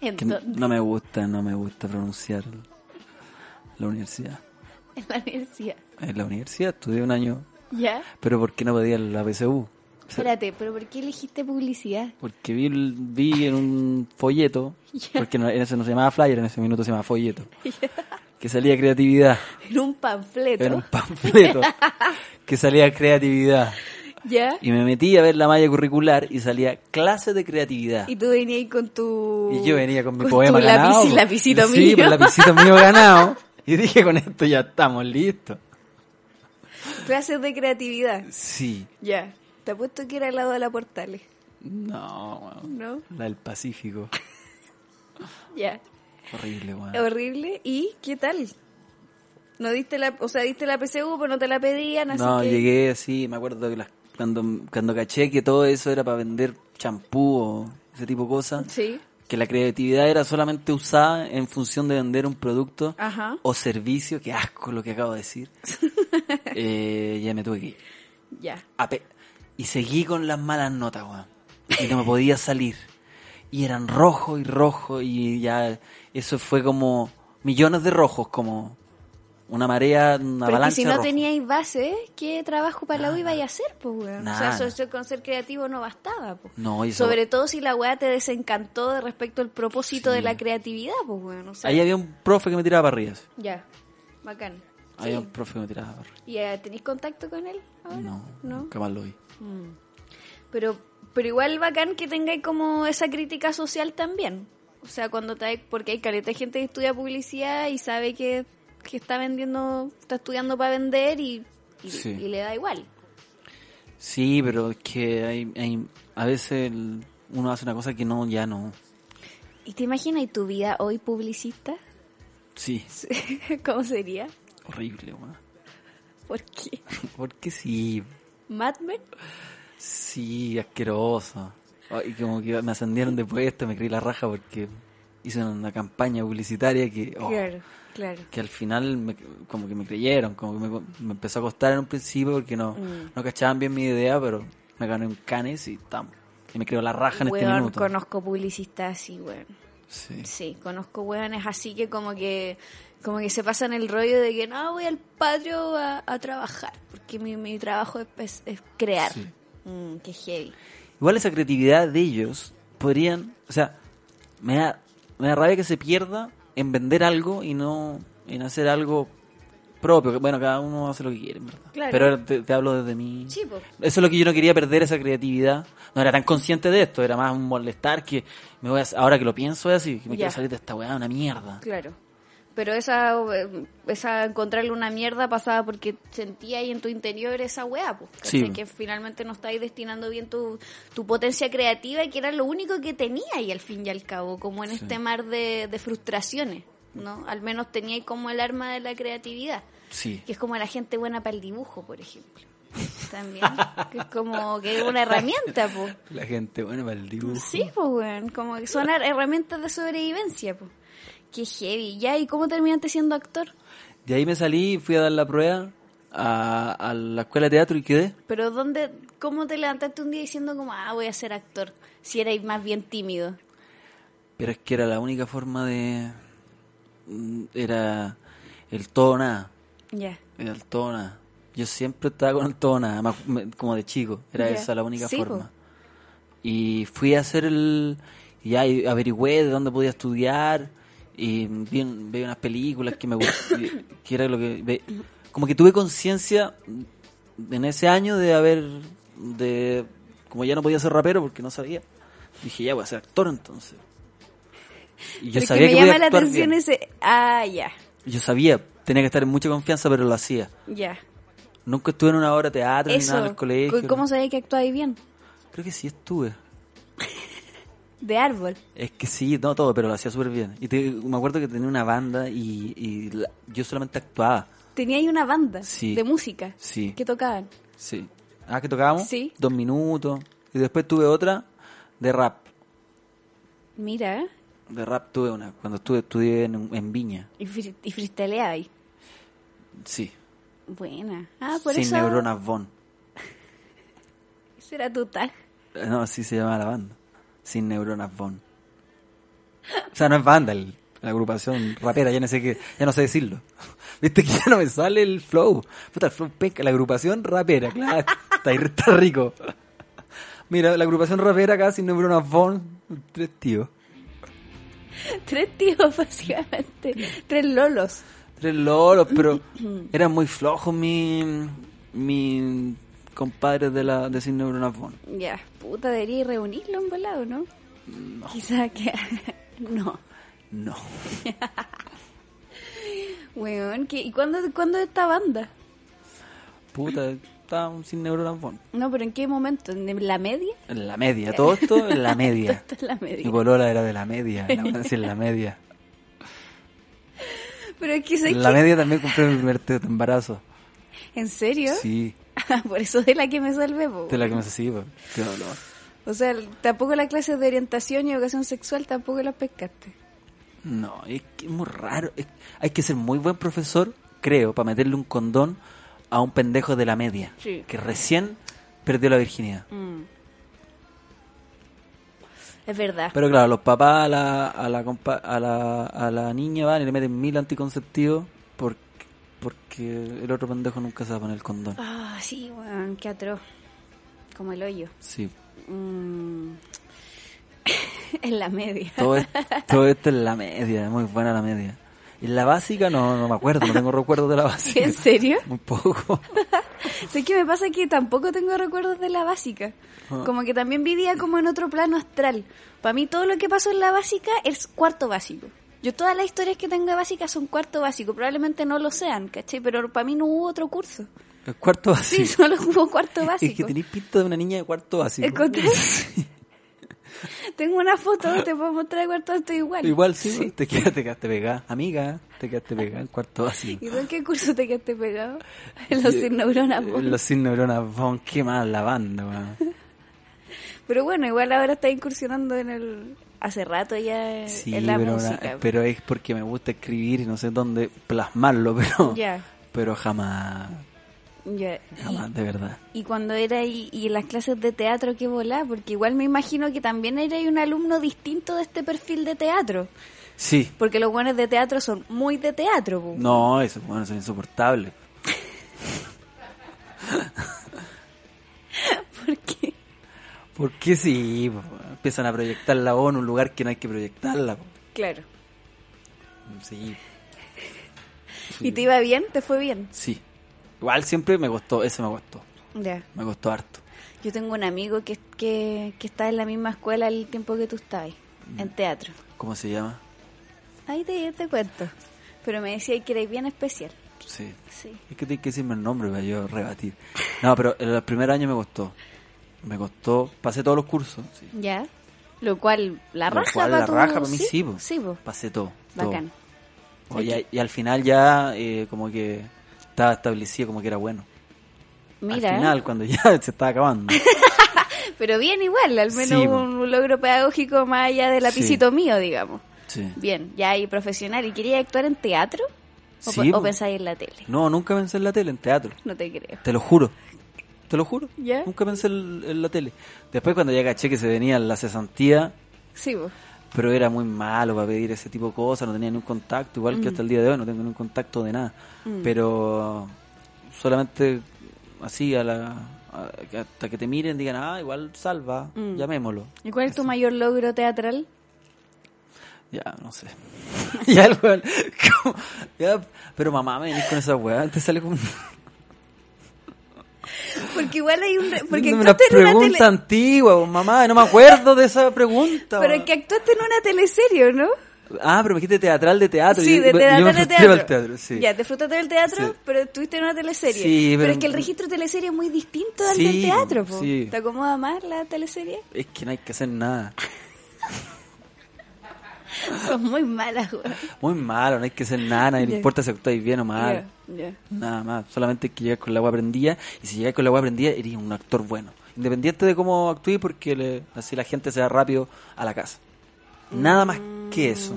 Que Entonces, no me gusta, no me gusta pronunciar la universidad. en la universidad. En la universidad estudié un año, ¿Ya? pero ¿por qué no pedía la PSU? O sea, Espérate, pero ¿por qué elegiste publicidad? Porque vi, vi en un folleto, porque no- en ese no se llamaba flyer, en ese minuto se llamaba folleto, que salía creatividad, En un panfleto. era un panfleto, que salía creatividad. ¿Ya? Y me metí a ver la malla curricular y salía clase de creatividad. Y tú venías con tu... Y yo venía con mi tu poema ganado. pues. lápiz- lapicito sí, mío. con el lapicito mío ganado. Y dije, con esto ya estamos listos. Clases de creatividad. Sí. Ya. Te apuesto que era al lado de la Portales, No, weón. ¿no? La del Pacífico. Ya. Horrible, weón. Horrible. ¿Y qué tal? No diste la, o sea, diste la PCU, pero no te la pedían, así No, que... llegué así, me acuerdo que las- cuando, cuando caché que todo eso era para vender champú o ese tipo de cosas, Sí. que la creatividad era solamente usada en función de vender un producto Ajá. o servicio, que asco lo que acabo de decir, eh, ya me tuve que ir. Ya. Ape- y seguí con las malas notas, weón. Y no me podía salir. Y eran rojo y rojo y ya eso fue como millones de rojos, como una marea, una Pero es que avalancha si de no rojos. teníais base, ¿qué trabajo para la U ibais a hacer, pues, weón? O sea, Nada. eso, eso con ser creativo no bastaba, pues. No, y eso- Sobre todo si la weá te desencantó de respecto al propósito de la creatividad, pues, weón. O sea, Ahí había un profe que me tiraba parrillas. ya. Bacán. Había un profe que me tiraba parrillas. ¿Y eh, tenéis contacto con él ahora? No, ¿No? nunca más lo vi. Pero, pero igual bacán que tengáis como esa crítica social también. O sea, cuando te, porque hay caleta de gente que estudia publicidad y sabe que, que está vendiendo, está estudiando para vender y, y, Sí. y le da igual. Sí, pero es que hay, hay- a veces el- uno hace una cosa que no, ya no. ¿Y te imaginas y tu vida hoy publicista? Sí, ¿Cómo sería? horrible, weón. ¿Por qué? Porque sí, ¿Mad Men? Sí, asqueroso. Y como que me ascendieron de puesto, me creí la raja porque hice una campaña publicitaria que, oh, Claro, claro. que al final me- como que me creyeron, como que me, me empezó a costar en un principio porque no, Mm. no cachaban bien mi idea, pero me gané un canes y tam, y me creo la raja en este Weón, minuto. conozco publicistas así, weón. Sí. Sí, conozco weones así que como que como que se pasan el rollo de que no, voy al patio a, a trabajar, porque mi, mi trabajo es, es- es crear. Sí. Mm, qué heavy. Igual esa creatividad de ellos podrían, o sea, me da, me da rabia que se pierda en vender algo y no en hacer algo propio. que Bueno, cada uno hace lo que quiere, en ¿verdad? Claro. Pero te, te hablo desde mí. Sí, po. Eso es lo que yo no quería perder, esa creatividad. No era tan consciente de esto, era más un molestar que me voy a, ahora que lo pienso es así, que me Ya. quiero salir de esta weá, una mierda. Claro. Pero esa, eh, esa encontrarle una mierda pasaba porque sentía ahí en tu interior esa weá, pues. ¿cachai? Sí. Que finalmente no estáis destinando bien tu, tu potencia creativa y que era lo único que tenía y al fin y al cabo, como en este mar de, de frustraciones, ¿no? Al menos tenía como el arma de la creatividad. Sí. que es como la gente buena para el dibujo, por ejemplo. También, que es como que es una herramienta, pues. La gente, bueno, para el dibujo. Sí, pues, weón, como que son her- herramientas de sobrevivencia, pues. Qué heavy. Ya, ¿y cómo terminaste siendo actor? De ahí me salí, fui a dar la prueba a, a la escuela de teatro y quedé. Pero ¿dónde, cómo te levantaste un día diciendo como, ah, voy a ser actor? Si erais más bien tímido. Pero es que era la única forma de... mm, Era el todo o nada. Ya. Era el todo o nada. Yo siempre estaba con Antona, me- me- como de chico. Era Ya. esa la única Sí, po. forma. Y fui a hacer el... Y ahí averigüé de dónde podía estudiar. Y vi, un- vi unas películas que me gustaban. que era lo que... ve- como que tuve conciencia en ese año de haber... de Como ya no podía ser rapero porque no sabía. Dije, ya voy a ser actor entonces. Y yo Porque sabía me que podía llama la actuar atención bien. ese. Ah, ya, Yo sabía, tenía que estar en mucha confianza, pero lo hacía. ya. Nunca estuve en una hora de teatro ni nada en Eso. el colegio. ¿Cómo- ¿Cómo no. sabía que actuáis bien? Creo que sí estuve. De árbol. Es que sí, no todo, pero lo hacía súper bien. Y te- me acuerdo que tenía una banda y, y la- yo solamente actuaba. Tenía ahí una banda Sí. de música Sí. que tocaban. Sí. Ah, que tocábamos. Sí. Dos minutos. Y después tuve otra de rap. Mira, De rap tuve una, cuando estuve, estudié en, en Viña. y, fri- y freestaleaba ahí. Sí. Buena. Ah, por Sin eso. neuronas Von. Ese era tu tag. Eh, No, así se llamaba la banda. Sin neuronas Von. O sea, no es banda, el- la agrupación rapera, ya no sé qué, ya no sé decirlo. Viste que ya no me sale el flow. Puta, el flow peca, la agrupación rapera, claro. Está, está rico. Mira, la agrupación rapera acá sin neuronas Von, tres tíos. Tres tíos, básicamente. Tres lolos. Tres lolos, pero eran muy flojos mis mi compadres de la de sin neuronas Von. Ya, puta, debería reunirlo en volado, ¿no? No. Quizá que. no. No. Weón, ¿qué- ¿y cuándo, cuándo esta banda? Puta, estaban sin neuronas Von. No, pero ¿en qué momento? ¿En la media? En la Eh, media, todo esto en la media. Esto es la media. Mi polola era de la media, la buena sí, en la media. Pero es que sé En la que- media también compré mi primer te- embarazo. ¿En serio? Sí, Por eso de la que me salvé, po. de la que me sirve. Qué dolor. O sea, tampoco las clases de orientación y educación sexual tampoco las pescaste. No, es que es muy raro. Es- hay que ser muy buen profesor, creo, para meterle un condón a un pendejo de la media. Sí. Que recién perdió la virginidad. Es verdad. Pero claro, los papás a la, a la, compa- a la, a la niña van y le meten mil anticonceptivos porque, porque el otro pendejo nunca se va a poner el condón. Ah, sí, weón, qué atroz. Como el hoyo. Sí. Mm. en la media. Todo, es- todo esto es la media, es muy buena la media. Y la básica no, no me acuerdo, no tengo recuerdos de la básica. ¿En serio? Muy poco. sé que me pasa que tampoco tengo recuerdos de la básica. Ah. Como que también vivía como en otro plano astral. Para mí todo lo que pasó en la básica es cuarto básico. Yo todas las historias que tengo de básica son cuarto básico. Probablemente no lo sean, ¿cachai? Pero para mí no hubo otro curso. El cuarto Sí, básico. solo hubo cuarto básico. es que tenéis pinta de una niña de cuarto básico. Encontré- Tengo una foto, te puedo mostrar cuarto, estoy igual. Igual sí, Te, quedaste, te quedaste pegada. Amiga, te quedaste pegada en cuarto básico. ¿Y tú en qué curso te quedaste pegado? En los sin neuronas. pues. Eh, po. eh, Los sin neuronas, bon, qué mal la banda, weón. Pero bueno, igual ahora está incursionando en el... Hace rato ya en- Sí, en la pero, música. pues. pero es porque me gusta escribir y no sé dónde plasmarlo, pero, Ya. pero jamás, Ya. jamás, de verdad. Y, y cuando era ahí, y en las clases de teatro, qué volá, porque igual me imagino que también era ahí un alumno distinto de este perfil de teatro. Sí, Porque los buenos de teatro son muy de teatro, po. No, eso, bueno, eso es insoportable. Porque Porque sí, po, empiezan a proyectar la voz en un lugar que no hay que proyectarla. po. Claro. Sí, ¿Y te iba bien? ¿Te fue bien? sí. Igual siempre me costó, eso me costó. Ya. Me costó harto. Yo tengo un amigo que, que, que está en la misma escuela el tiempo que tú estabas, Mm. en teatro. ¿Cómo se llama? Ahí te, te cuento. Pero me decía que eres bien especial. Sí. Sí. Es que tienes que decirme el nombre para yo rebatir. No, pero en el primer año me costó. Me costó, pasé todos los cursos. Sí. ¿Ya? Lo cual, la Lo raja cual, pa' la tu- raja para mí sí, po. Sí, po. Pasé todo. todo. Bacán. O ya- y al final ya eh, como que estaba establecido como que era bueno. Mira, Al final, cuando ya se estaba acabando. pero bien igual, al menos Sí, po. un logro pedagógico más allá del lapicito mío, digamos. Sí. Bien, ya y profesional. ¿Y querías actuar en teatro? ¿O, Sí, pe- o po. pensáis en la tele? No, nunca pensé en la tele, en teatro. No te creo. Te lo juro. Te lo juro. ¿Ya? Nunca pensé en, en la tele. Después cuando ya caché que se venía la cesantía, Sí, po. pero era muy malo para pedir ese tipo de Mm. cosas, no tenía ningún contacto, igual que hasta el día de hoy no tengo ningún contacto de nada. Pero solamente así a la, a- hasta que te miren digan, ah, igual salva, Mm. llamémoslo. ¿Y cuál es tu mayor logro teatral? Ya, no sé. ya, el weón, como- ya, pero mamá, me venís con esa weá, te sale como... Porque igual hay un... re- Porque una actuaste en una pregunta tele... antigua, weón, mamá, no me acuerdo de esa pregunta. Pero weón. es que actuaste en una teleserie, ¿o ¿no? Ah, pero me dijiste teatral de teatro. sí, Ah, yo- de yo teatro, me de frustré teatro. al teatro, sí. Ya, disfrutaste del teatro, Sí. pero estuviste en una teleserie. Sí, pero, pero- es que el registro de teleserie es muy distinto al Sí, del teatro, po. sí. ¿Te acomoda más la teleserie? Es que no hay que hacer nada. Son muy malas, güey. Muy malo, no hay que hacer nada, nadie le Ya. importa si actuáis bien o mal. Ya, ya. Nada más, solamente hay que llegar con la agua prendida. Y si llegas con la agua prendida, eres un actor bueno. Independiente de cómo actúes, porque le- así la gente se va rápido a la casa. Nada más que eso.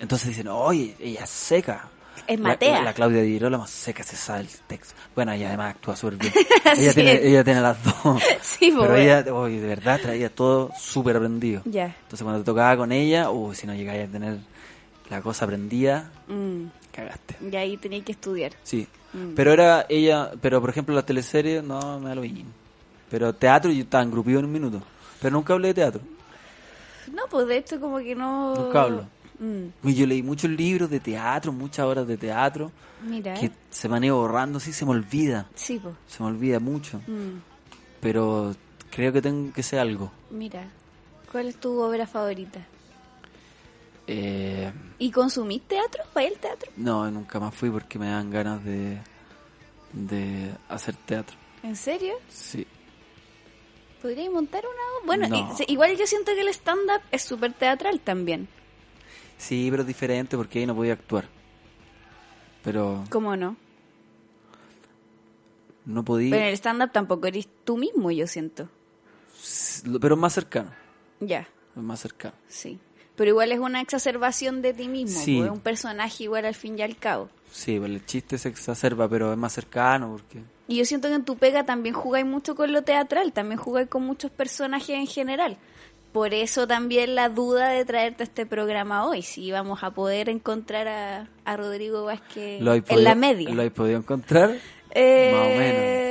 Entonces dicen, oye, ella es seca. Es La- matea. La, Claudia Di Girolamo seca, se sabe el texto. Bueno, ella además actúa súper bien. Así ella, es. tiene, ella tiene las dos. Sí, po, Pero weón. ella, oye, de verdad, traía todo súper aprendido. Ya. Entonces cuando te tocaba con ella, uy, si no llegabas a tener la cosa aprendida, Mm, cagaste. y ahí tenía que estudiar. Sí. Mm. Pero era ella, pero por ejemplo las teleseries, no, me da lo mismo. Pero teatro yo estaba engrupido en un minuto. Pero nunca hablé de teatro. No, pues de hecho como que no... Nunca hablo. Mm, Y yo leí muchos libros de teatro, muchas horas de teatro, mira, que se me han ido borrando, sí, se me olvida. Sí, pues. Se me olvida mucho. Mm, Pero creo que tengo que ser algo. mira. ¿Cuál es tu obra favorita? Eh, ¿Y consumís teatro? ¿Fue el teatro? no, nunca más fui porque me dan ganas de, de hacer teatro. ¿En serio? Sí. ¿Podríais montar una obra? Bueno, No. i- se- igual yo siento que el stand-up es súper teatral también. Sí, pero es diferente porque ahí no podía actuar. Pero ¿Cómo no? no podía. Pero en el stand-up tampoco eres tú mismo, yo siento. Pero es más cercano. Ya, es más cercano. sí. Pero igual es una exacerbación de ti mismo, Sí. po, es un personaje igual al fin y al cabo. Sí, pues el chiste se exacerba, pero es más cercano porque. Y yo siento que en tu pega también jugáis mucho con lo teatral, también jugáis con muchos personajes en general. Por eso también la duda de traerte a este programa hoy, si vamos a poder encontrar a, a Rodrigo Vázquez Lo hay en la podido- media. Lo he podido encontrar. Eh,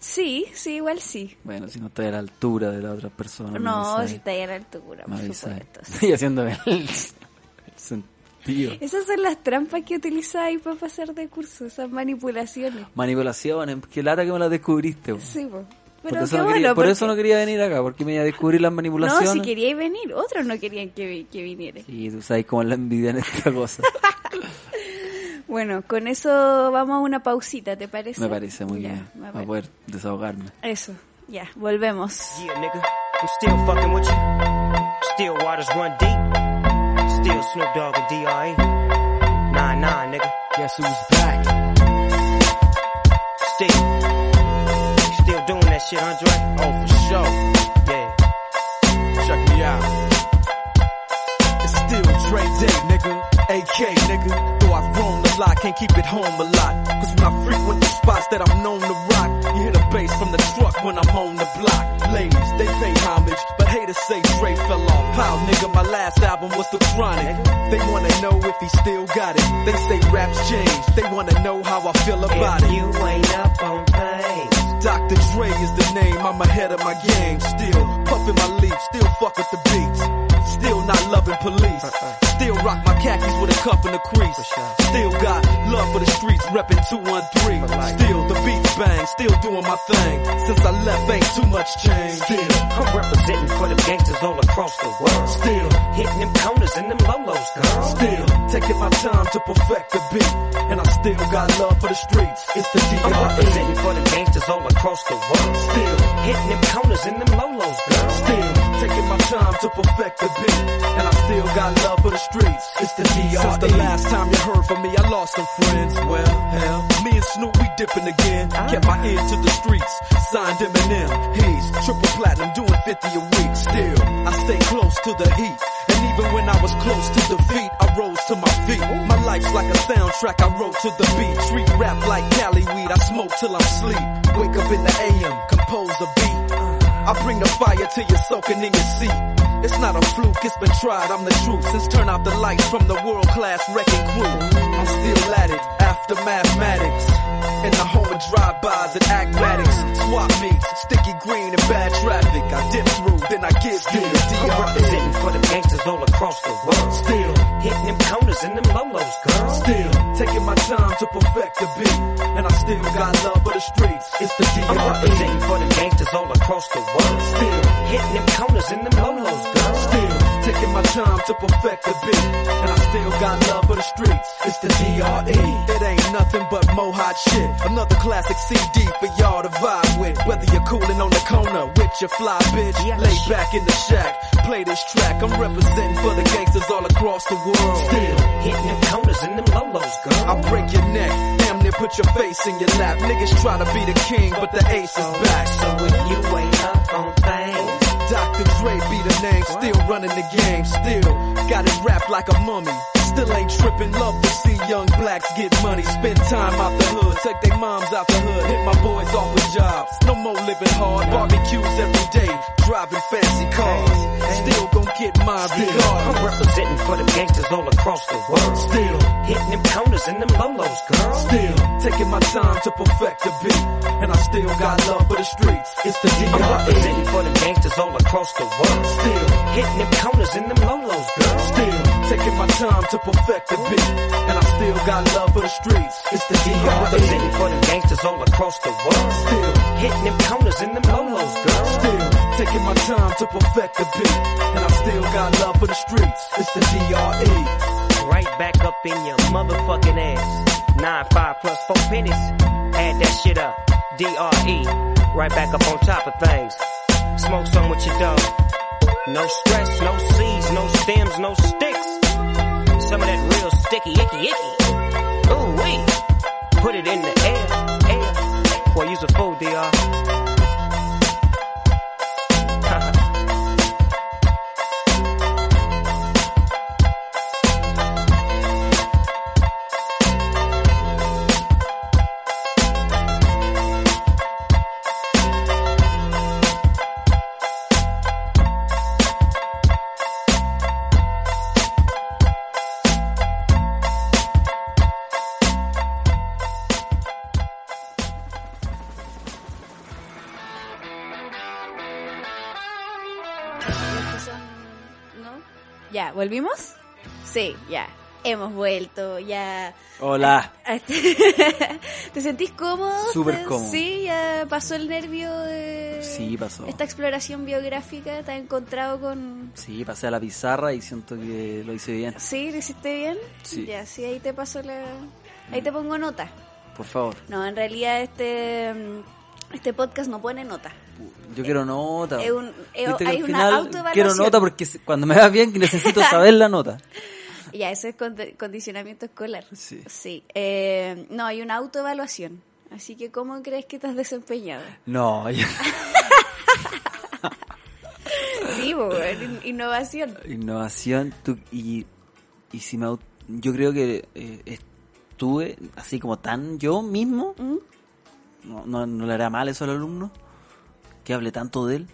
Sí, sí, igual sí. Bueno, si no estoy a la altura de la otra persona. me No, avisáis. si está ahí a la altura, Me por avisáis. supuesto. Estoy haciéndome el, el sentido. Esas son las trampas que utilizáis para pasar de curso, esas manipulaciones. Manipulaciones, qué lata que me las descubriste. po. Sí, po. Por, Pero eso, qué no quería, bueno, por porque- eso no quería venir acá, porque me iba a descubrir las No, manipulaciones. si queríais venir, otros no querían que, vi- que viniera. Sí, tú sabes cómo es la envidia en esta cosa. Bueno, con eso vamos a una pausita, ¿te parece? me parece muy Ya, bien. Ah, me Para parece. poder desahogarme. Eso, ya, volvemos. Yeah, nigga, I'm still fucking with you. Still waters run deep. Still Snoop Dogg and D.R.E. Nah, nah, nigga. Guess who's back? Still, still doing that shit, Andre. Oh, for sure. Yeah. Check me out. It's still Dre Day, nigga. AK, nigga. Though I've grown a lot, can't keep it home a lot. Cause when I frequent the spots that I'm known to rock, you hear the bass from the truck when I'm on the block. Ladies, they pay homage, but haters say Dre fell off. Pow, nigga, my last album was The Chronic. They wanna know if he still got it. They say raps change, they wanna know how I feel about it. If you ain't up on things, Dr. Dre is the name, I'm ahead of my game. Still puffin' my leaf, still fuck with the beats. Still not loving police. Still rock my khakis with a cuff and a crease. Still got love for the streets, reppin' 213. Still the beats bang, still doing my thing. Since I left, ain't too much change. Still, I'm representing for them gangsters all across the world. still, Hitting them corners and them lolos, girl. still taking my time to perfect the beat. And I still got love for the streets. It's the E. I'm D.R.E. representing for them gangsters all across the world. Still. hitting them corners and them lolos, girl. Still taking my time to perfect the beat, and I still got love for the streets. It's the E. DR. Since the last time you heard from me, I lost some friends. Well, hell, me and Snoop we dipping again. Kept my ear to the streets, signed Eminem. He's triple platinum, doing 50 a week. Still, I stay close to the heat. And even when I was close to defeat, I rose to my feet. My life's like a soundtrack I wrote to the beat. Street rap like Cali weed, I smoke till I'm sleep. Wake up in the AM, compose a beat. I bring the fire till you're soaking in your seat. It's not a fluke, it's been tried, I'm the truth. Since turn out the lights from the world class wrecking crew, I'm still at it after the mathematics. In the home of drive-bys and acmatics, swap meets, sticky green and bad traffic. I dip through, then I give you the I'm DRE. representing for them gangsters all across the world. Still, Hitting them corners and them lolos, girl. still, taking my time to perfect the beat. And I still got love for the streets. It's the I'm DRE. representing for them gangsters all across the world. Still, Hitting them corners and them lolos, girl. still, taking my time to perfect the beat. And I still got love for the streets. It's the DRE. It ain't nothing but mohawk shit. Another classic CD for y'all to vibe with. Whether you're coolin' on the corner with your fly bitch, lay back in the shack, play this track. I'm representing for the gangsters all across the world. Still, Hitting them corners and them lolos, girl. I break your neck. Damn near put your face in your lap. Niggas try to be the king, but the ace is back. So if you ain't up on things, Dr. Dre be the name, still running the game, still got it wrapped like a mummy. Still ain't tripping, love to see young blacks get money, spend time out the hood, take their moms out the hood, hit my boys off with jobs. No more living hard, barbecues every day, driving fancy cars. Still gon' get mine I'm regardless. representing for them gangsters all across the world. Still, Hitting them corners and them lolos, girl. still taking my time to perfect the beat, and I still got love for the streets. It's the E. I'm representing D.R.E. for them gangsters all across the world. Still. Hitting them corners and them lolos, girl. Still taking my time to perfect the beat, and I still got love for the streets. It's the E. I'm D.R.E. representing for them gangsters all across the world. Still, Hitting them corners and them lolos, girl. still taking my time to perfect the beat, and I still got love for the streets. It's the E. D.R.E. Right back up in your motherfucking ass. Nine five plus four pennies. Add that shit up. D R E. Right back up on top of things. Smoke some with your dog. No stress, no seeds, no stems, no sticks. Some of that real sticky, icky, icky. Ooh wee. Put it in the air, air. Boy, use a fool, Dr. Las cosas, ¿No? Ya, ¿volvimos? Sí, ya. Hemos vuelto, ya. Hola. Eh, ¿Te sentís cómodo? Súper ¿Te- cómodo. Sí, ya pasó el nervio de Sí, pasó. esta exploración biográfica. Te has encontrado con... Sí, pasé a la pizarra y siento que lo hice bien. ¿Sí? ¿Lo hiciste bien? Sí. Ya, sí, ahí te pasó la... Ahí te pongo nota. Por favor. No, en realidad este, mm, este podcast no pone nota. Yo quiero nota. es un- es- Viste que hay al una final autoevaluación. Quiero nota porque si- cuando me va bien necesito saber la nota. Ya, eso es conde- condicionamiento escolar. Sí. Eh, no, hay una autoevaluación. Así que, ¿cómo crees que te has desempeñado? No, ya- Sí, bo, in- innovación. innovación. tú- y, y si me au- yo creo que eh, estuve así como tan yo mismo. ¿Mm? No, no, no le hará mal eso al alumno. Que hable tanto de él.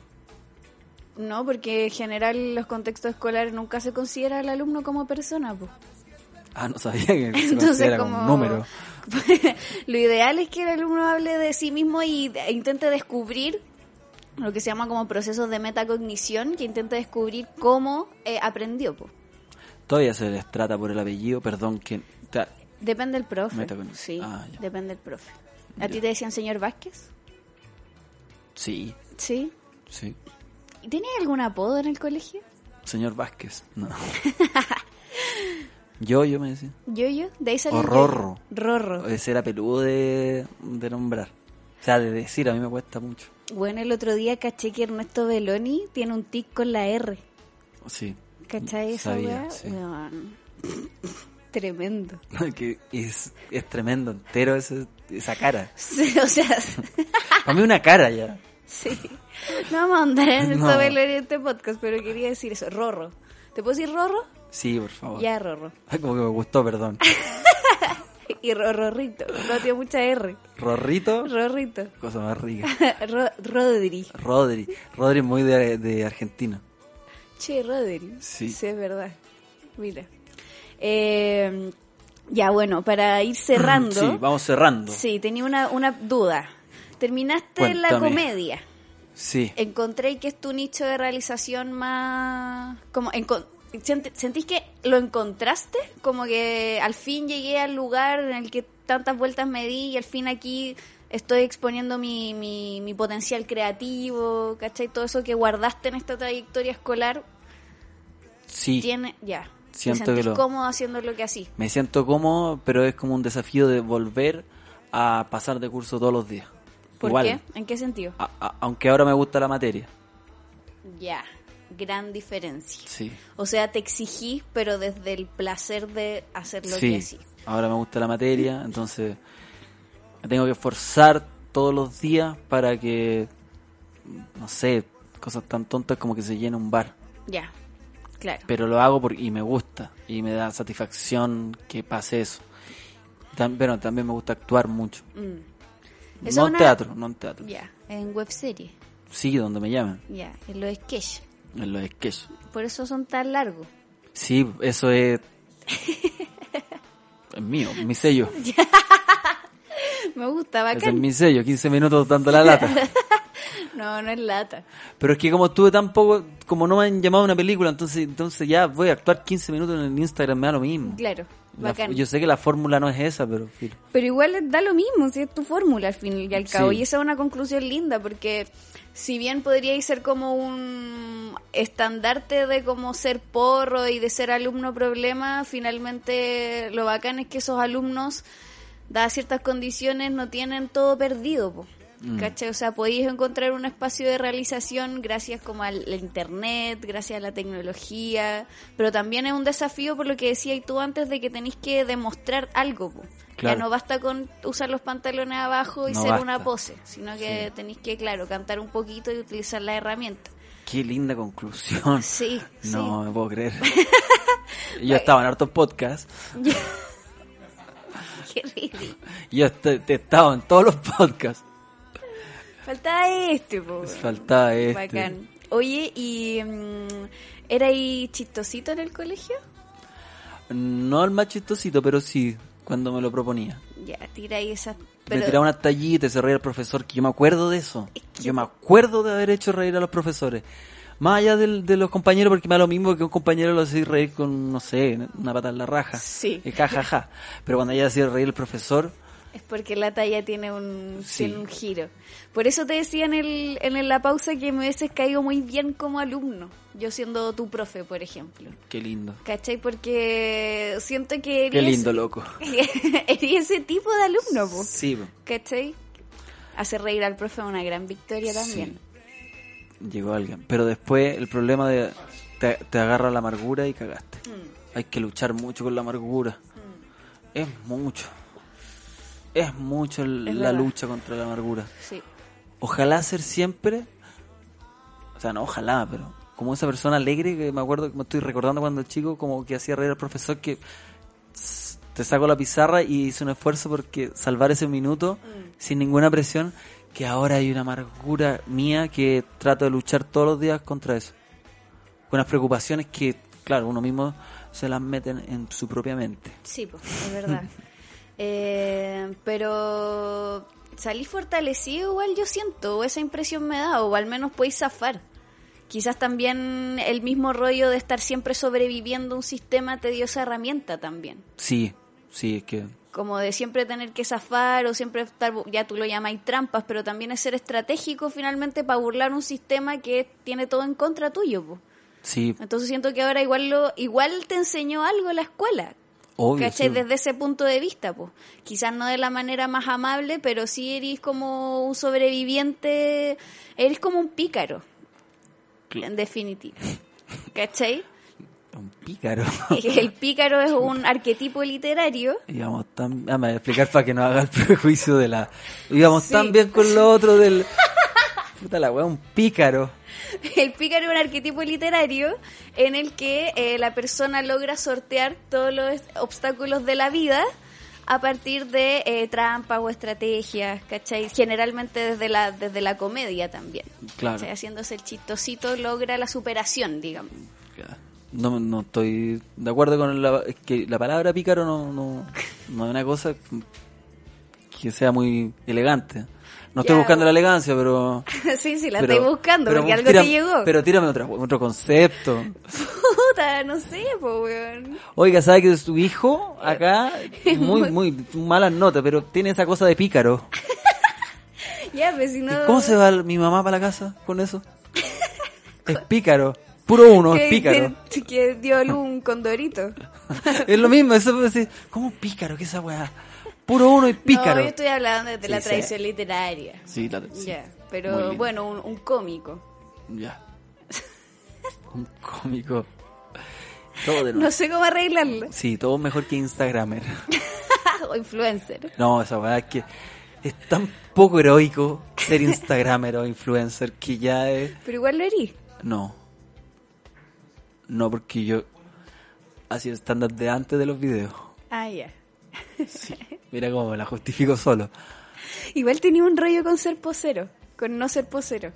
No, porque en general en los contextos escolares nunca se considera al alumno como persona. po. Ah, no sabía que se Entonces, considera como... como un número. lo ideal es que el alumno hable de sí mismo y e intente descubrir lo que se llama como procesos de metacognición, que intente descubrir cómo eh, aprendió. po. Todavía se les trata por el apellido, perdón que... ta- Depende del profe. Metacognición. Sí, Ah, ya. depende del profe. ¿A ti te decían señor Vázquez? Sí, Sí. sí. ¿Y tenías algún apodo en el colegio? Señor Vázquez, no. yo, yo me decía. Yo, yo, de ahí salió. O el Rorro. Eh. yo-yo. Rorro. Ese era peludo de, de nombrar. O sea, de decir, a mí me cuesta mucho. Bueno, el otro día caché que Ernesto Beloni tiene un tic con la R. Sí. ¿Cachai esa Sabía, weá? sí. Weón. Tremendo. que es, es tremendo entero ese- esa cara. Sí, o sea, Para mí una cara ya. sí. No vamos a andar en esto No. Beloni en este podcast, pero quería decir eso. Rorro. ¿Te puedo decir Rorro? Sí, por favor. Ya, Rorro. Ay, como que me gustó, perdón. Y Rorrito. No tiene mucha R. Rorrito, Rorrito. cosa más rica. Ro- Rodri. Rodri. Rodri es muy de, de Argentina. Che, Rodri. Sí. es verdad. Mira. Eh, Ya, bueno, para ir cerrando. Sí, vamos cerrando. Sí, tenía una, una duda. Terminaste la Cuéntame. comedia. Sí. Eh, Encontré que es tu nicho de realización más... Como encon- sent- ¿Sentís que lo encontraste? Como que al fin llegué al lugar en el que tantas vueltas me di y al fin aquí estoy exponiendo mi, mi, mi potencial creativo, ¿cachai? Todo eso que guardaste en esta trayectoria escolar Sí. tiene... Ya. ¿Te Siento que sentís lo- cómodo haciendo lo que así? Me siento cómodo, pero es como un desafío de volver a pasar de curso todos los días. ¿Por Igual, qué? ¿En qué sentido? a- a- aunque ahora me gusta la materia. Ya, gran diferencia. Sí. O sea, te exigí, pero desde el placer de hacer lo que sí. Sí. Ahora me gusta la materia, entonces me tengo que esforzar todos los días para que, no sé, cosas tan tontas como que se llene un bar. Ya, claro. pero lo hago porque, y me gusta y me da satisfacción que pase eso. Tam- pero también me gusta actuar mucho. Mm. No Eso en una- teatro, no en teatro. Ya, en web serie. Sí, donde me llaman, Ya, en los sketch. en los sketches. Por eso son tan largos. Sí, eso es... es mío, mi sello. Me gusta, Ese es bacán. mi sello, 15 minutos dando la lata. No, no es lata. Pero es que como estuve tan poco, como no me han llamado a una película, entonces entonces ya voy a actuar 15 minutos en el Instagram, me da lo mismo. Claro, La- bacán. yo sé que la fórmula no es esa, pero... filo. Pero igual da lo mismo, si es tu fórmula al fin y al cabo. Sí. Y esa es una conclusión linda, porque si bien podríais ser como un estandarte de como ser porro y de ser alumno problema, finalmente lo bacán es que esos alumnos, dadas ciertas condiciones, no tienen todo perdido. po. Mm. ¿Cachai? O sea, podéis encontrar un espacio de realización gracias como al al internet, gracias a la tecnología, pero también es un desafío por lo que decías tú antes de que tenéis que demostrar algo. po. Claro. Ya no basta con usar los pantalones abajo y No ser basta. una pose, sino que tenéis que, claro, cantar un poquito y utilizar la herramienta. Qué linda conclusión. Sí, No me puedo creer. Yo estaba en hartos podcasts. sí. Qué ridículo. Yo este- te- estaba en todos los podcasts. Faltaba este, po. Faltaba este. Bacán. Oye, ¿y mm, era ahí chistosito en el colegio? No el más chistosito, pero sí, cuando me lo proponía. Ya, tira ahí esas... me pero- tiraba una tallita y se reía el profesor, que yo me acuerdo de eso. Es que- Yo me acuerdo de haber hecho reír a los profesores. Más allá del- de los compañeros, porque me da lo mismo que un compañero lo hacía reír con, no sé, una pata en la raja. Sí. Y ja, ja, ja. Pero cuando ella hacía reír el profesor, Es porque la talla tiene un, Sí. tiene un giro. Por eso te decía en, el, en el- la pausa que me hubieses caído muy bien como alumno, yo siendo tu profe, por ejemplo. qué lindo. ¿Cachai? Porque siento que... Qué eres- lindo, loco. eres ese tipo de alumno, po. Sí, po. ¿cachai? Hacer reír al profe es una gran victoria también. pues, Llegó alguien. Pero después el problema de. Te, te agarra la amargura y cagaste. Mm. Hay que luchar mucho con la amargura. Es mucho. Es mucho el- Es la verdad. lucha contra la amargura. Sí. Ojalá ser siempre. O sea, no ojalá, pero. Como esa persona alegre que me acuerdo que me estoy recordando cuando chico, como que hacía reír al profesor que s- te sacó la pizarra y hice un esfuerzo porque salvar ese minuto Mm. sin ninguna presión, que ahora hay una amargura mía que trato de luchar todos los días contra eso. Con las preocupaciones que, claro, uno mismo se las meten en su propia mente. Sí, po, es verdad. Eh, pero salí fortalecido igual yo siento, o esa impresión me da, o al menos podéis zafar. Quizás también el mismo rollo de estar siempre sobreviviendo a un sistema te dio esa herramienta también. Sí, sí, es que. Como de siempre tener que zafar o siempre estar, bu- ya tú lo llamáis trampas, pero también es ser estratégico finalmente para burlar un sistema que tiene todo en contra tuyo. po. Sí, Entonces siento que ahora igual, lo, igual te enseñó algo la escuela, obvio. ¿Cachai? sí. Desde ese punto de vista, pues. Quizás no de la manera más amable, pero sí eres como un sobreviviente, eres como un pícaro, en definitiva. ¿Cachai? Un pícaro. El pícaro es un arquetipo literario. Íbamos tan... Ah, me voy a explicar para que no haga el prejuicio de la... Íbamos Sí. tan bien con lo otro del... Puta la weá, un pícaro. El pícaro es un arquetipo literario en el que eh, la persona logra sortear todos los obstáculos de la vida a partir de eh, trampas o estrategias, ¿cachai? Generalmente desde la, desde la comedia también. Claro. ¿cachai? Haciéndose el chistosito logra la superación, digamos. No, no estoy de acuerdo con la, es que la palabra pícaro no, no, no es una cosa que sea muy elegante. No estoy Ya. buscando la elegancia, pero... sí, sí, la pero- estoy buscando pero porque algo tira- te llegó. Pero tírame otra- otro concepto. Puta, no sé, po, weón. Oiga, sabe que su hijo acá, muy, muy malas notas, pero tiene esa cosa de pícaro. Ya, pues si ¿Y no. cómo se va el- mi mamá para la casa con eso? Es pícaro. Puro uno, es que- pícaro. Que, que dio a luz un condorito. Es lo mismo, eso es decir, ¿cómo pícaro? ¿Qué es esa weá? Puro uno y No, pícaro. yo estoy hablando de la Sí, sí. tradición literaria. Sí, la sí. Ya, Muy pero bien. bueno, un, un cómico. Ya. Un cómico. Todo de nuevo. No sé cómo arreglarlo. Sí, todo mejor que Instagramer. o influencer. No, esa weá es que es tan poco heroico ser Instagramer o influencer que ya es. Pero igual lo herí. No. No, porque yo hacía stand-up de antes de los videos. Ah, ya. Mira cómo me la justifico solo. Igual tenía un rollo con ser posero. Con no ser posero.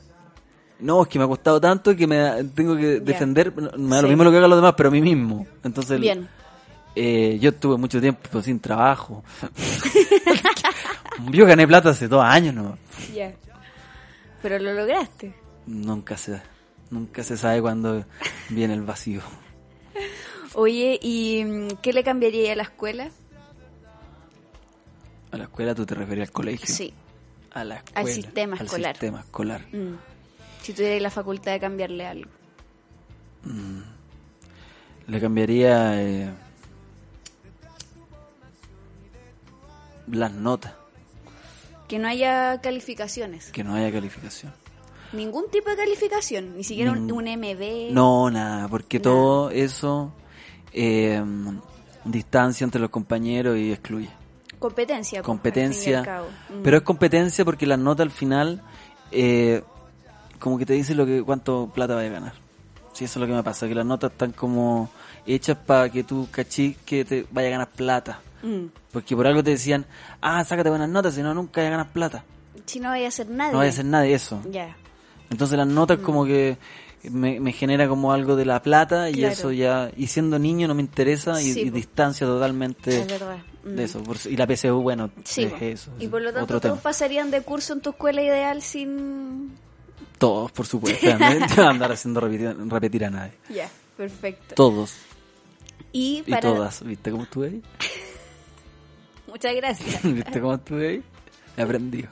No, es que me ha costado tanto que me da- tengo que Ya. defender. no, Me da Sí. lo mismo lo que hagan los demás, pero a mí mismo. Entonces, el- Bien. eh, yo estuve mucho tiempo sin trabajo. yo gané plata hace dos años, ¿no? Ya. Pero lo lograste. Nunca se, nunca se sabe cuándo viene el vacío. Oye, ¿y mm, qué le cambiaría a la escuela? A la escuela tú te referías al colegio. Sí. A la escuela, sistema escolar. Al sistema escolar. Mm. Si tuviera la facultad de cambiarle algo. Le cambiaría eh, las notas, Que no haya calificaciones. que no haya calificación. Ningún tipo de calificación. Ni siquiera un, Ning- un MB. No, nada, porque Eh, Nada. todo eso eh, distancia entre los compañeros y excluye. Competencia. pues, al fin y al Competencia. cabo. Mm. Pero es competencia porque las notas al final eh, como que te dice lo que cuánto plata vas a ganar. Sí, eso es lo que me pasa, que las notas están como hechas para que tú cachis que te vaya a ganar plata. Mm. Porque por algo te decían, ah, sácate buenas notas, si no, nunca ganas plata. Si no vaya a hacer nadie. No vaya a hacer nada de eso. Ya. Entonces las Mm. notas como que me, me genera como algo de la plata y Claro. eso ya... Y siendo niño no me interesa y, Sí, y po. distancia totalmente Es verdad. Mm. de eso. Por- y la PSU, bueno, Sí. es po. eso. y es por lo tanto, otro todos tema. pasarían de curso en tu escuela ideal sin. Todos, por supuesto. no voy a andar haciendo repetir, repetir a nadie. Ya, perfecto. Todos y y para. todas. ¿Viste cómo estuve ahí? Muchas gracias. ¿Viste cómo estuve ahí? He aprendido.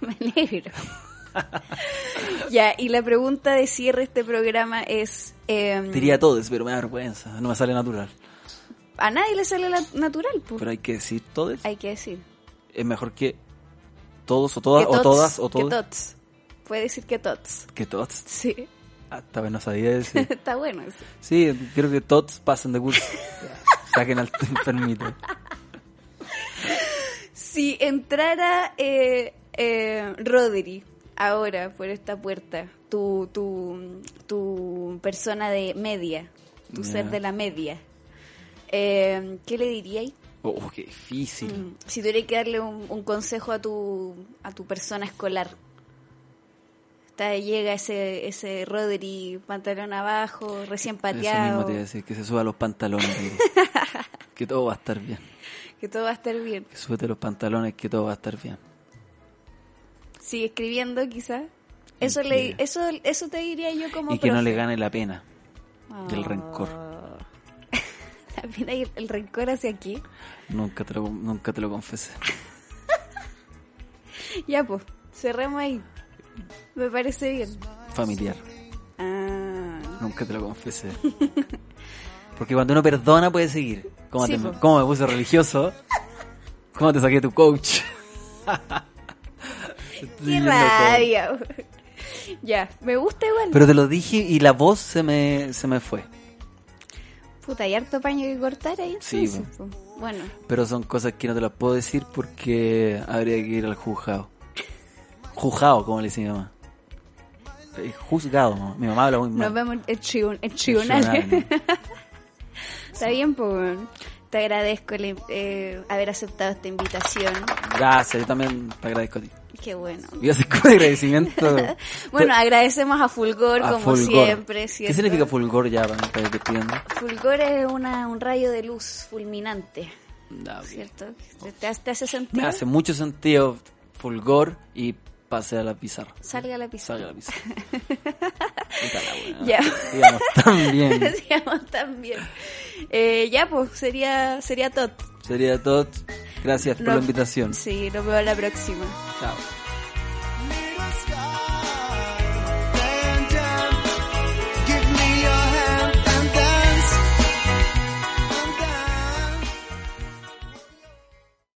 Me alegro. ya, y la pregunta de cierre de este programa es. eh, Diría todos, pero me da vergüenza. No me sale natural. A nadie le sale la natural, pues. Pero hay que decir todos. Hay que decir. es mejor que todos o todas Que o tots, todas o Que todos tots. Puede decir que tots. que tots Sí. hasta menos sabía decir Está bueno eso. sí creo que tots pasan de curso saquen al enfermito Si entrara eh, eh, Rodri ahora por esta puerta, tu, tu, tu persona de media, tu Ya. ser de la media, eh, ¿qué le diríais? oh qué difícil Mm, Si tuviera que darle un, un consejo a tu, a tu persona escolar. Está, llega ese, ese Rodri, pantalón abajo, recién eso mismo pateado, te iba a decir que se suba los pantalones digo. que todo va a estar bien que todo va a estar bien. que súbete los pantalones que todo va a estar bien Sigue escribiendo quizás. Eso, le, Mentira. eso, eso te diría yo como y que no profe. le gane la pena y Ah. el rencor También hay el rencor hacia aquí. nunca te lo nunca te lo confesé Ya, pues, cerremos ahí. Me parece bien. familiar Ah, nunca te lo confesé porque cuando uno perdona puede seguir como Sí, te- po. cómo me puse religioso cómo te saqué tu coach qué viendo rabia. ya, me gusta igual. Pero te lo dije y la voz se me, se me fue. Puta, hay harto paño que cortar ahí. Sí, entonces, po. Bueno, Pero son cosas que no te las puedo decir porque habría que ir al juzgado. Juzgado, como le dice mi mamá. Eh, Juzgado, mamá. mi mamá habla muy mal. nos vemos en, tribun- en El tribunal. tribunal, ¿no? Está bien, pues. Te agradezco el, eh, haber aceptado esta invitación. Gracias, yo también te agradezco a ti. Qué bueno. Y así como agradecimiento. Bueno, agradecemos a Fulgor a como Fulgor. siempre. ¿Qué ¿cierto? significa fulgor ya para para ir despidiendo? Fulgor es una, un rayo de luz fulminante, No, ¿cierto? ¿Te, te hace- te hace Me sentido? hace mucho sentido fulgor y pase a la pizarra. Salga a la Salga a la piscina. pizarra. Puta la wea. Ya. Digamos, también. Decíamos también. Eh, ya, pues, sería, sería todo. Sería todo. Gracias por la invitación. Sí, nos vemos la próxima. Chao.